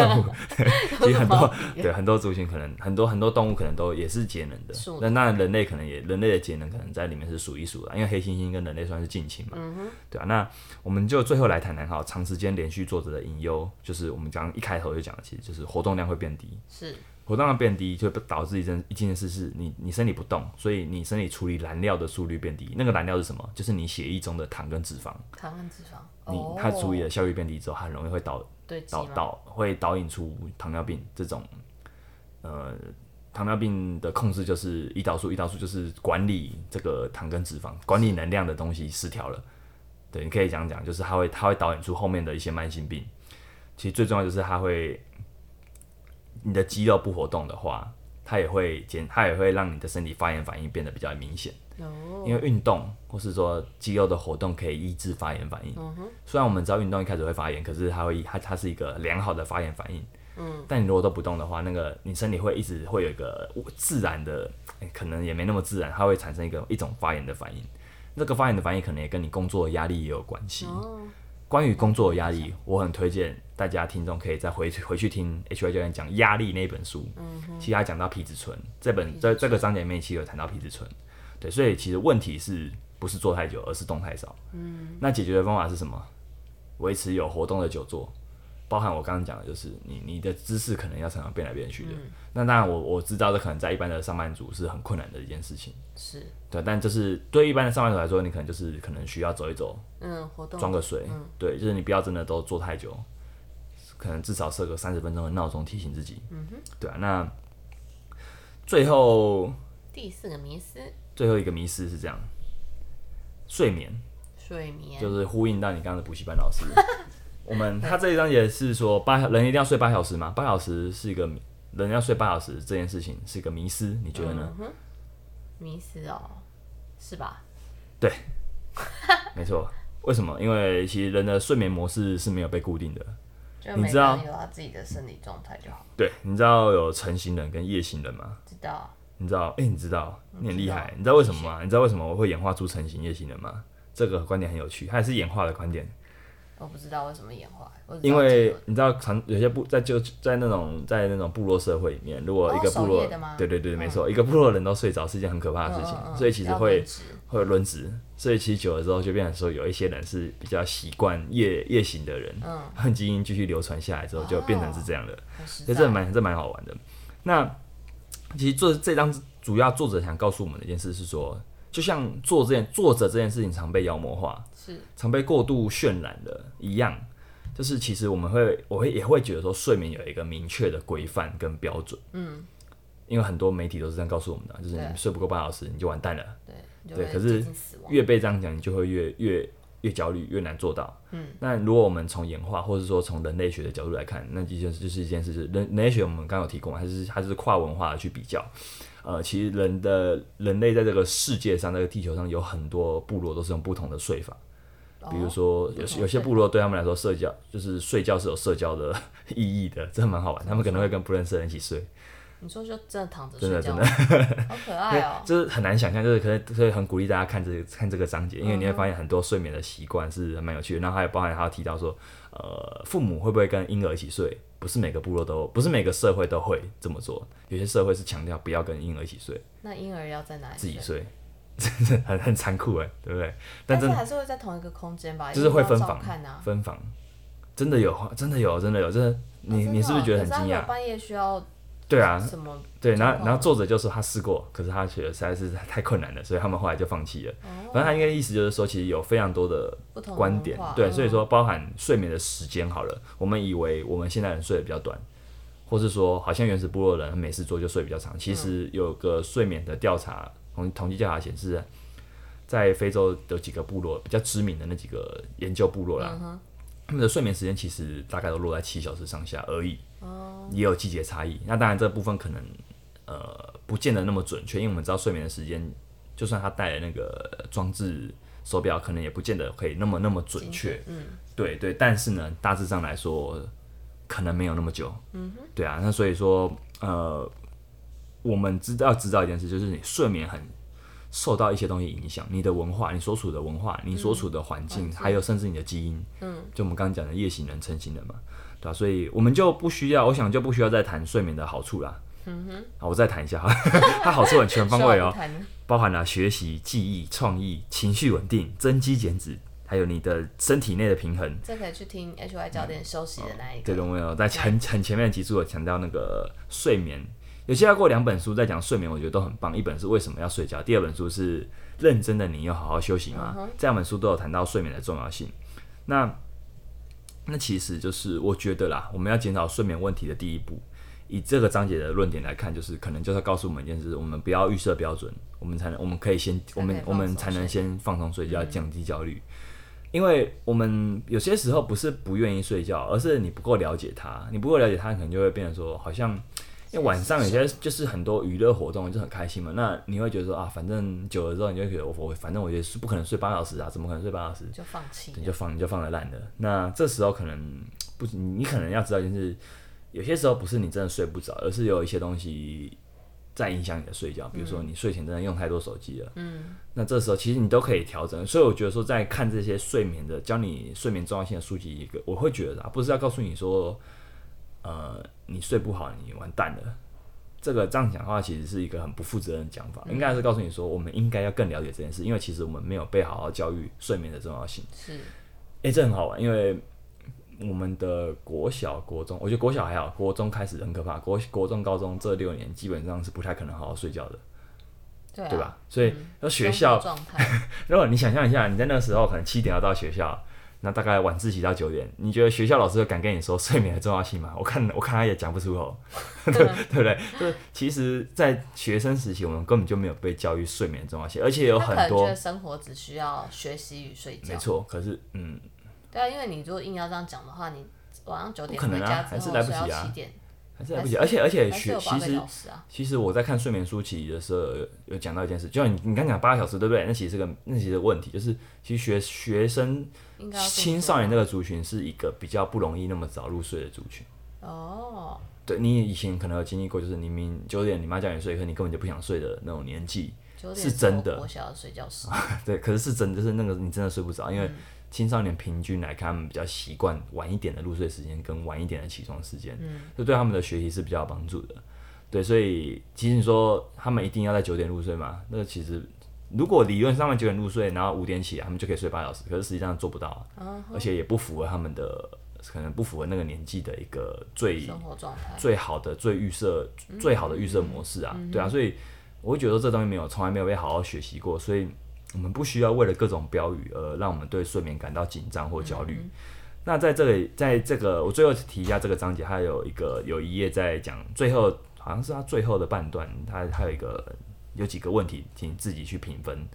[SPEAKER 1] 实很多 对很多族群可能很多很多动物可能都也是节能的
[SPEAKER 2] 是，
[SPEAKER 1] 那那人类可能也人类的节能可能在里面是数一数二，因为黑猩猩跟人类算是近亲嘛，对啊，那我们就最后来谈谈哈，长时间连续坐着的隐忧，就是我们刚刚一开头就讲的，其实就是活动量会变低，
[SPEAKER 2] 是
[SPEAKER 1] 活动量变低，就会导致一件一件事是你你身体不动，所以你身体处理燃料的速率变低。那个燃料是什么？就是你血液中的糖跟脂肪，
[SPEAKER 2] 糖跟脂肪，
[SPEAKER 1] 你
[SPEAKER 2] 哦
[SPEAKER 1] 它处理的效率变低之后，它很容易会导
[SPEAKER 2] 对鸡
[SPEAKER 1] 导
[SPEAKER 2] 吗？
[SPEAKER 1] 导会导引出糖尿病这种，呃，糖尿病的控制就是胰岛素，胰岛素就是管理这个糖跟脂肪，管理能量的东西失调了。对，你可以讲讲，就是它会它会导引出后面的一些慢性病。其实最重要就是它会，你的肌肉不活动的话，它也会减，它也会让你的身体发炎反应变得比较明显。
[SPEAKER 2] 哦，
[SPEAKER 1] 因为运动或是说肌肉的活动可以抑制发炎反应。虽然我们知道运动一开始会发炎，可是它会它它是一个良好的发炎反应。嗯，但你如果都不动的话，那个你身体会一直会有一个自然的，诶可能也没那么自然，它会产生一个一种发炎的反应。那个发炎的反应可能也跟你工作的压力也有关系。关于工作的压力，我很推荐大家听众可以再回去回去听 H Y 教练讲压力那本书。嗯，其实他讲到皮质醇这本这这个章节里面，其实有谈到皮质醇。对，所以其实问题是不是做太久，而是动太少。嗯，那解决的方法是什么？维持有活动的久坐，包含我刚刚讲的，就是你你的姿势可能要常常变来变去的。那当然我，我知道这可能在一般的上班族是很困难的一件事情。
[SPEAKER 2] 是
[SPEAKER 1] 对，但就是对一般的上班族来说，你可能就是可能需要走一走，
[SPEAKER 2] 嗯，活动
[SPEAKER 1] 装个水，对，就是你不要真的都坐太久，可能至少设个三十分钟的闹钟提醒自己。嗯哼，对啊，那最后
[SPEAKER 2] 第四个迷思，
[SPEAKER 1] 最后一个迷失是这样，睡眠
[SPEAKER 2] 睡眠
[SPEAKER 1] 就是呼应到你刚刚的补习班老师。 我们他这一章也是说八人一定要睡八小时吗？八小时是一个人要睡八小时这件事情是一个迷失，你觉得呢？
[SPEAKER 2] 嗯迷思哦，是吧？
[SPEAKER 1] 没错，为什么？因为其实人的睡眠模式是没有被固定的。
[SPEAKER 2] 就
[SPEAKER 1] 你
[SPEAKER 2] 每
[SPEAKER 1] 知
[SPEAKER 2] 个
[SPEAKER 1] 道
[SPEAKER 2] 人有他自己的生理状态就好，
[SPEAKER 1] 对，你知道有晨型人跟夜型人吗？
[SPEAKER 2] 知道
[SPEAKER 1] 你知道？哎、你知道，你很厉
[SPEAKER 2] 知
[SPEAKER 1] 害。你知道为什么吗？你知道为什么我会演化出成型夜行人吗？这个观点很有趣，它也是演化的观点。
[SPEAKER 2] 我不知道为什么演化，我只知
[SPEAKER 1] 因
[SPEAKER 2] 道
[SPEAKER 1] 为
[SPEAKER 2] 这个
[SPEAKER 1] 你知道，常有些部在就在那种在那种部落社会里面，如果一个
[SPEAKER 2] 哦
[SPEAKER 1] 部落，
[SPEAKER 2] 守夜的吗嗯
[SPEAKER 1] 对对对，没错，一个部落人都睡着是一件很可怕的事情，
[SPEAKER 2] 嗯嗯嗯
[SPEAKER 1] 所以其实
[SPEAKER 2] 要
[SPEAKER 1] 会
[SPEAKER 2] 分值
[SPEAKER 1] 会有轮值，所以其实久了之后就变成说，有一些人是比较习惯夜夜行的人，
[SPEAKER 2] 嗯，哦
[SPEAKER 1] 他们基因继续流传下来之后，就变成是这样的。
[SPEAKER 2] 很实
[SPEAKER 1] 所以
[SPEAKER 2] 在，
[SPEAKER 1] 这蛮这蛮好玩的。那其实做这张主要作者想告诉我们的一件事是说，就像做这件作者这件事情常被妖魔化，
[SPEAKER 2] 是
[SPEAKER 1] 常被过度渲染的一样，就是其实我们会我会也会觉得说，睡眠有一个明确的规范跟标准，嗯，因为很多媒体都是这样告诉我们的，啊就是
[SPEAKER 2] 对
[SPEAKER 1] 你睡不够八小时你就完蛋了。
[SPEAKER 2] 对，你就
[SPEAKER 1] 对
[SPEAKER 2] 会
[SPEAKER 1] 可是
[SPEAKER 2] 接近死亡，
[SPEAKER 1] 越被这样讲，你就会越越越焦虑，越难做到。嗯，那如果我们从演化，或者说从人类学的角度来看，那其实就是一件事，就是人人类学我们刚刚有提过嘛，它是它是跨文化的去比较。呃，其实人的人类在这个世界上，这个地球上有很多部落都是用不同的睡法，
[SPEAKER 2] 哦
[SPEAKER 1] 比如说有些有些部落对他们来说，社 交就是睡觉是有社交的意义的，这蛮好玩。他们可能会跟不认识的人一起睡，
[SPEAKER 2] 你说就真的躺着
[SPEAKER 1] 真
[SPEAKER 2] 睡
[SPEAKER 1] 的
[SPEAKER 2] 觉
[SPEAKER 1] 真
[SPEAKER 2] 吗，好可 爱哦、
[SPEAKER 1] 就是很难想象，就是可能所以很鼓励大家看这个看这个章节，因为你会
[SPEAKER 2] 嗯
[SPEAKER 1] 发现很多睡眠的习惯是蛮有趣的。然后还有包含他有提到说，呃，父母会不会跟婴儿一起睡？不是每个部落都，不是每个社会都会这么做。有些社会是强调不要跟婴儿一起睡，
[SPEAKER 2] 那婴儿要在哪里
[SPEAKER 1] 自
[SPEAKER 2] 睡？
[SPEAKER 1] 己睡， 真的很很残酷哎，对不对？但
[SPEAKER 2] 但是
[SPEAKER 1] 真的
[SPEAKER 2] 还是会在同一个空间吧，
[SPEAKER 1] 就是会
[SPEAKER 2] 一定
[SPEAKER 1] 分
[SPEAKER 2] 要照
[SPEAKER 1] 房
[SPEAKER 2] 看啊。
[SPEAKER 1] 分房，真的有，真的有，真的有，真的。
[SPEAKER 2] 哦
[SPEAKER 1] 你
[SPEAKER 2] 真的
[SPEAKER 1] 你是不
[SPEAKER 2] 哦
[SPEAKER 1] 是觉得很
[SPEAKER 2] 可是他
[SPEAKER 1] 惊
[SPEAKER 2] 没有
[SPEAKER 1] 讶？
[SPEAKER 2] 半夜需要
[SPEAKER 1] 对啊，
[SPEAKER 2] 什么？
[SPEAKER 1] 对，然
[SPEAKER 2] 状
[SPEAKER 1] 后
[SPEAKER 2] 况
[SPEAKER 1] 然后作者就说他试过，可是他觉得实在是太困难了，所以他们后来就放弃了。
[SPEAKER 2] 哦
[SPEAKER 1] 反正他应该意思就是说，其实有非常多的
[SPEAKER 2] 不同的
[SPEAKER 1] 观
[SPEAKER 2] 文
[SPEAKER 1] 点
[SPEAKER 2] 化，
[SPEAKER 1] 对，
[SPEAKER 2] 嗯
[SPEAKER 1] 所以说包含睡眠的时间好了，我们以为我们现代人睡得比较短，或是说好像原始部落人没事做就睡比较
[SPEAKER 2] 嗯
[SPEAKER 1] 长，其实有个睡眠的调查统统计调查显示，在非洲有几个部落比较知名的那几个研究部落啦，
[SPEAKER 2] 嗯哼，
[SPEAKER 1] 他们的睡眠时间其实大概都落在七小时上下而已，
[SPEAKER 2] 哦
[SPEAKER 1] 也有季节差异。那当然这部分可能呃不见得那么准确，因为我们知道睡眠的时间，就算他戴了那个装置手表，可能也不见得可以那么那么准确。
[SPEAKER 2] 嗯，
[SPEAKER 1] 对对，但是呢，大致上来说，可能没有那么久。嗯哼，对啊，那所以说呃，我们知道知道一件事，就是你睡眠很。受到一些东西影响，你的文化、你所处的文化、你所处的嗯环境，嗯还有甚至你的基因，就我们刚刚讲的夜行人、成型人嘛，对吧、所以我们就不需要，我想就不需要再谈睡眠的好处啦。嗯哼，好，我再谈一下哈， 它好处很全方位
[SPEAKER 2] 说好
[SPEAKER 1] 哦
[SPEAKER 2] 不，谈
[SPEAKER 1] 包含了学习、记忆、创意、情绪稳定、增肌减脂，还有你的身体内的平衡。
[SPEAKER 2] 这可以去听 H Y 教练休息的那一
[SPEAKER 1] 对
[SPEAKER 2] 个。
[SPEAKER 1] 的，我们有在很很前面的集数有强调那个睡眠，有介绍过两本书在讲睡眠，我觉得都很棒。一本是为什么要睡觉，第二本书是认真的你要好好休息吗？
[SPEAKER 2] 嗯
[SPEAKER 1] 这两本书都有谈到睡眠的重要性。那那其实就是我觉得啦，我们要检讨睡眠问题的第一步，以这个章节的论点来看，就是可能就是要告诉我们一件事：我们不要预设标准，我们才能我们可以先我们
[SPEAKER 2] 才可以
[SPEAKER 1] 我们
[SPEAKER 2] 放松
[SPEAKER 1] 才能先放松睡觉，降低焦虑。因为我们有些时候不是不愿意睡觉，而是你不够了解它，你不够了解它，可能就会变成说，好像因为晚上有些就是很多娱乐活动就很开心嘛，那你会觉得说啊，反正久了之后，你就会觉得我我反正我觉得是不可能睡八小时啊，怎么可能睡八小时？
[SPEAKER 2] 就放弃
[SPEAKER 1] 你就放你就放得烂的。那这时候可能不，你你可能要知道一件事，有些时候不是你真的睡不着，而是有一些东西在影响你的睡觉，比如说你睡前真的用太多手机了，嗯，那这时候其实你都可以调整。所以我觉得说，在看这些睡眠的教你睡眠重要性的书籍，一个我会觉得啊，不是要告诉你说，呃，你睡不好你完蛋了。这个这样讲的话，其实是一个很不负责任的讲法。应该是告诉你说，我们应该要更了解这件事，因为其实我们没有被好好教育睡眠的重要性。
[SPEAKER 2] 是
[SPEAKER 1] 哎、这很好玩，因为我们的国小、国中，我觉得国小还好，国中开始很可怕。国国中、高中这六年基本上是不太可能好好睡觉的，
[SPEAKER 2] 对啊
[SPEAKER 1] 对吧？所以，那学
[SPEAKER 2] 生
[SPEAKER 1] 校
[SPEAKER 2] 活，状态，
[SPEAKER 1] 如果你想象一下，你在那时候可能七点要到学校，那大概晚自习到九点，你觉得学校老师会敢跟你说睡眠的重要性吗？我看我看他也讲不出口，
[SPEAKER 2] 嗯
[SPEAKER 1] 对对不对？就是其实，在学生时期，我们根本就没有被教育睡眠的重要性，而且 有
[SPEAKER 2] 他可
[SPEAKER 1] 很
[SPEAKER 2] 能觉
[SPEAKER 1] 多
[SPEAKER 2] 得生活只需要学习与睡
[SPEAKER 1] 没
[SPEAKER 2] 觉。
[SPEAKER 1] 错，可是嗯，
[SPEAKER 2] 对啊，因为你如果硬要这样讲的话，你晚上九点
[SPEAKER 1] 不可
[SPEAKER 2] 回
[SPEAKER 1] 能啊
[SPEAKER 2] 家之
[SPEAKER 1] 还是
[SPEAKER 2] 后
[SPEAKER 1] 来不
[SPEAKER 2] 睡
[SPEAKER 1] 及
[SPEAKER 2] 到
[SPEAKER 1] 啊
[SPEAKER 2] 七点，
[SPEAKER 1] 还是来不及，而且而且
[SPEAKER 2] 还是
[SPEAKER 1] 学
[SPEAKER 2] 有八
[SPEAKER 1] 其
[SPEAKER 2] 个
[SPEAKER 1] 实
[SPEAKER 2] 小时啊。
[SPEAKER 1] 其实我在看睡眠书籍的时候，有有讲到一件事，就像你你刚讲八个小时，对不对？那其实是个那其实是个问题，就是其实学学生
[SPEAKER 2] 应该要这么说
[SPEAKER 1] 青少年这个族群是一个比较不容易那么早入睡的族群。
[SPEAKER 2] 哦，
[SPEAKER 1] 对你以前可能有经历过，就是你明九点你妈叫你睡，可你根本就不想睡的那种年纪，
[SPEAKER 2] 九点
[SPEAKER 1] 是真的
[SPEAKER 2] 我国小的睡觉时，
[SPEAKER 1] 对，可是是真的，就是那个你真的睡不着，因为青少年平均来看，他们比较习惯晚一点的入睡时间跟晚一点的起床时间，嗯，这对他们的学习是比较有帮助的。对，所以其实你说他们一定要在九点入睡嘛？那其实如果理论上面九点入睡，然后五点起来，他们就可以睡八小时，可是实际上做不到啊、而且也不符合他们的，可能不符合那个年纪的一个最
[SPEAKER 2] 生活状态
[SPEAKER 1] 最好的、最预设、最好的预设模式啊，对啊，所以我会觉得说这东西没有，从来没有被好好学习过，所以我们不需要为了各种标语而让我们对睡眠感到紧张或焦虑。那在这里，在这个我最后提一下这个章节，它有一个有一页在讲最后，好像是它最后的半段，它它有一个有几个问题，请自己去评分。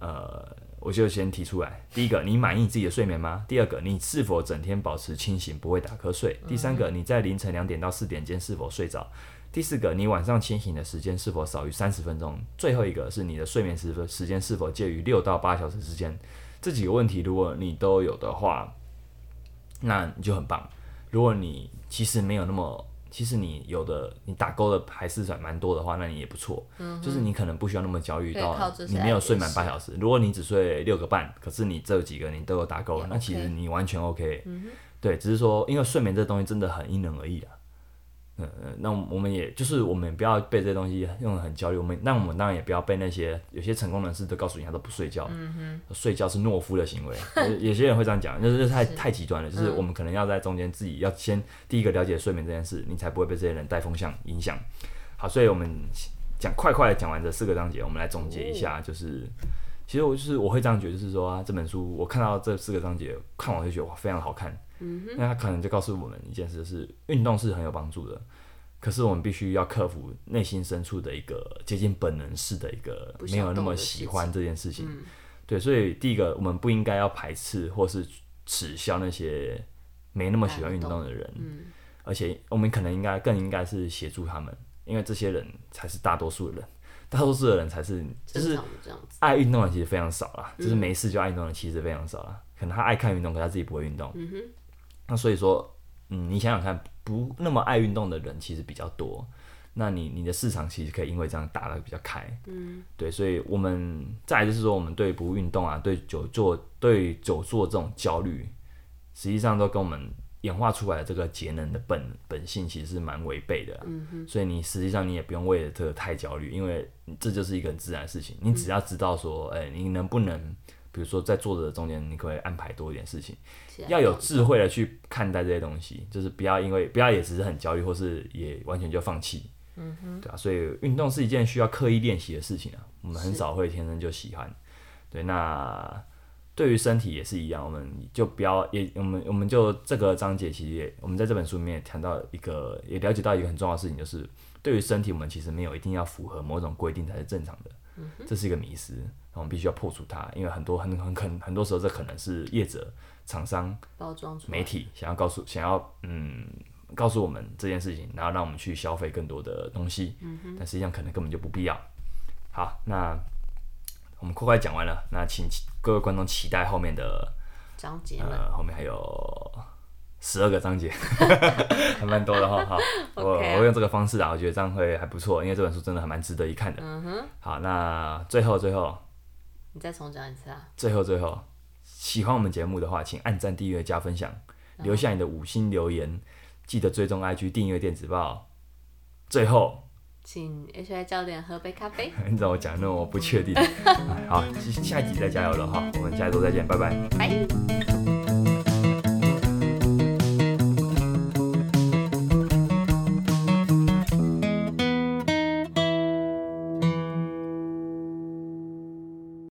[SPEAKER 1] 呃，我就先提出来。第一个，你满意你自己的睡眠吗？第二个，你是否整天保持清醒，不会打瞌睡？第三个，你在凌晨两点到四点间是否睡着？第四个，你晚上清醒的时间是否少于三十分钟？最后一个是你的睡眠时时间是否介于六到八小时之间？这几个问题，如果你都有的话，那你就很棒。如果你其实没有那么，其实你有的你打勾的还是算蛮多的话，那你也不错。嗯，就是你可能不需要那么焦虑
[SPEAKER 2] 对
[SPEAKER 1] 到
[SPEAKER 2] 靠这些
[SPEAKER 1] 你
[SPEAKER 2] 来
[SPEAKER 1] 没有
[SPEAKER 2] 维
[SPEAKER 1] 睡满
[SPEAKER 2] 持
[SPEAKER 1] 八小时。如果你只睡六个半，可是你这几个你都有打勾
[SPEAKER 2] 也
[SPEAKER 1] 那其实
[SPEAKER 2] OK
[SPEAKER 1] 你完全 OK。对，只是说因为睡眠这东西真的很因人而异啦。嗯，嗯那我们也就是我们不要被这些东西用的很焦虑，我们那我们当然也不要被那些有些成功人士都告诉你他都不睡觉，睡觉是懦夫的行为，有有些人会这样讲，就是太太极端了，就是我们可能要在中间自己要先第一个了解睡眠这件事，你才不会被这些人带风向影响。好，所以我们讲快快的讲完这四个章节，我们来总结一下，就是其实我就是我会这样觉得，就是说、啊、这本书我看到这四个章节，看完我就觉得哇非常好看。嗯、那它可能就告诉我们一件事，就是运动是很有帮助的，可是我们必须要克服内心深处的一个接近本能式的一个
[SPEAKER 2] 不
[SPEAKER 1] 没
[SPEAKER 2] 想
[SPEAKER 1] 有那
[SPEAKER 2] 动
[SPEAKER 1] 么
[SPEAKER 2] 的
[SPEAKER 1] 喜
[SPEAKER 2] 事嗯
[SPEAKER 1] 欢这件事情。对，所以第一个我们不应该要排斥或是耻笑那些没那么喜欢运动的人，而且我们可能应该更应该是协助他们，因为这些人才是大多数人，大多数的人才是就
[SPEAKER 2] 正
[SPEAKER 1] 是
[SPEAKER 2] 常的这样子，
[SPEAKER 1] 爱运动的其实非常少啦，就是没事就爱运动的其实非常少啦。可能他爱看运动，可他自己不会运动。嗯、那所以说，嗯，你想想看，不那么爱运动的人其实比较多，那你你的市场其实可以因为这样打得比较开。嗯，对，所以我们再来就是说，我们对不运动啊，对久坐、对久坐这种焦虑，实际上都跟我们。演化出来的这个节能的本本性其实是蛮违背的啊啦、所以你实际上你也不用为了这个太焦虑，因为这就是一个很自然的事情。你只要知道说，哎、你能不能，比如说在做的中间，你可不可以安排多一点事情，
[SPEAKER 2] 起来
[SPEAKER 1] 要有
[SPEAKER 2] 动
[SPEAKER 1] 智慧的去看待这些东西，就是不要因为不要也只是很焦虑，或是也完全就放弃。嗯哼，对啊，所以运动是一件需要刻意练习的事情啊，我们很
[SPEAKER 2] 是
[SPEAKER 1] 少会天生就喜欢。对，那对于身体也是一样，我们就不要也我们我们就这个章节其实也我们在这本书里面也谈到一个也了解到一个很重要的事情，就是对于身体我们其实没有一定要符合某种规定才是正常的，这是一个迷失，我们必须要破除它，因为很多很很很很多时候这可能是业者、厂商
[SPEAKER 2] 包装出来
[SPEAKER 1] 媒体想要告诉想要嗯告诉我们这件事情，然后让我们去消费更多的东西，
[SPEAKER 2] 嗯
[SPEAKER 1] 但实际上可能根本就不必要。好，那我们快快讲完了，那请各位观众期待后面的
[SPEAKER 2] 章节们，
[SPEAKER 1] 呃后面还有十二个章 节，还蛮多的哈。好，我
[SPEAKER 2] OK 啊
[SPEAKER 1] 我会用这个方式啊，我觉得这样会还不错，因为这本书真的还蛮值得一看的。
[SPEAKER 2] 嗯
[SPEAKER 1] 好，那最后最后
[SPEAKER 2] 你再重讲一次啊，
[SPEAKER 1] 最后最后，喜欢我们节目的话，请按赞、订阅、加分享，留下你的五星留言，记得追踪 IG 订阅电子报。最后，
[SPEAKER 2] 请 H I 教练喝杯咖啡，
[SPEAKER 1] 你让我讲那么不确定，好，下一集再加油了哈，我们下一周再见，拜拜。
[SPEAKER 2] 拜。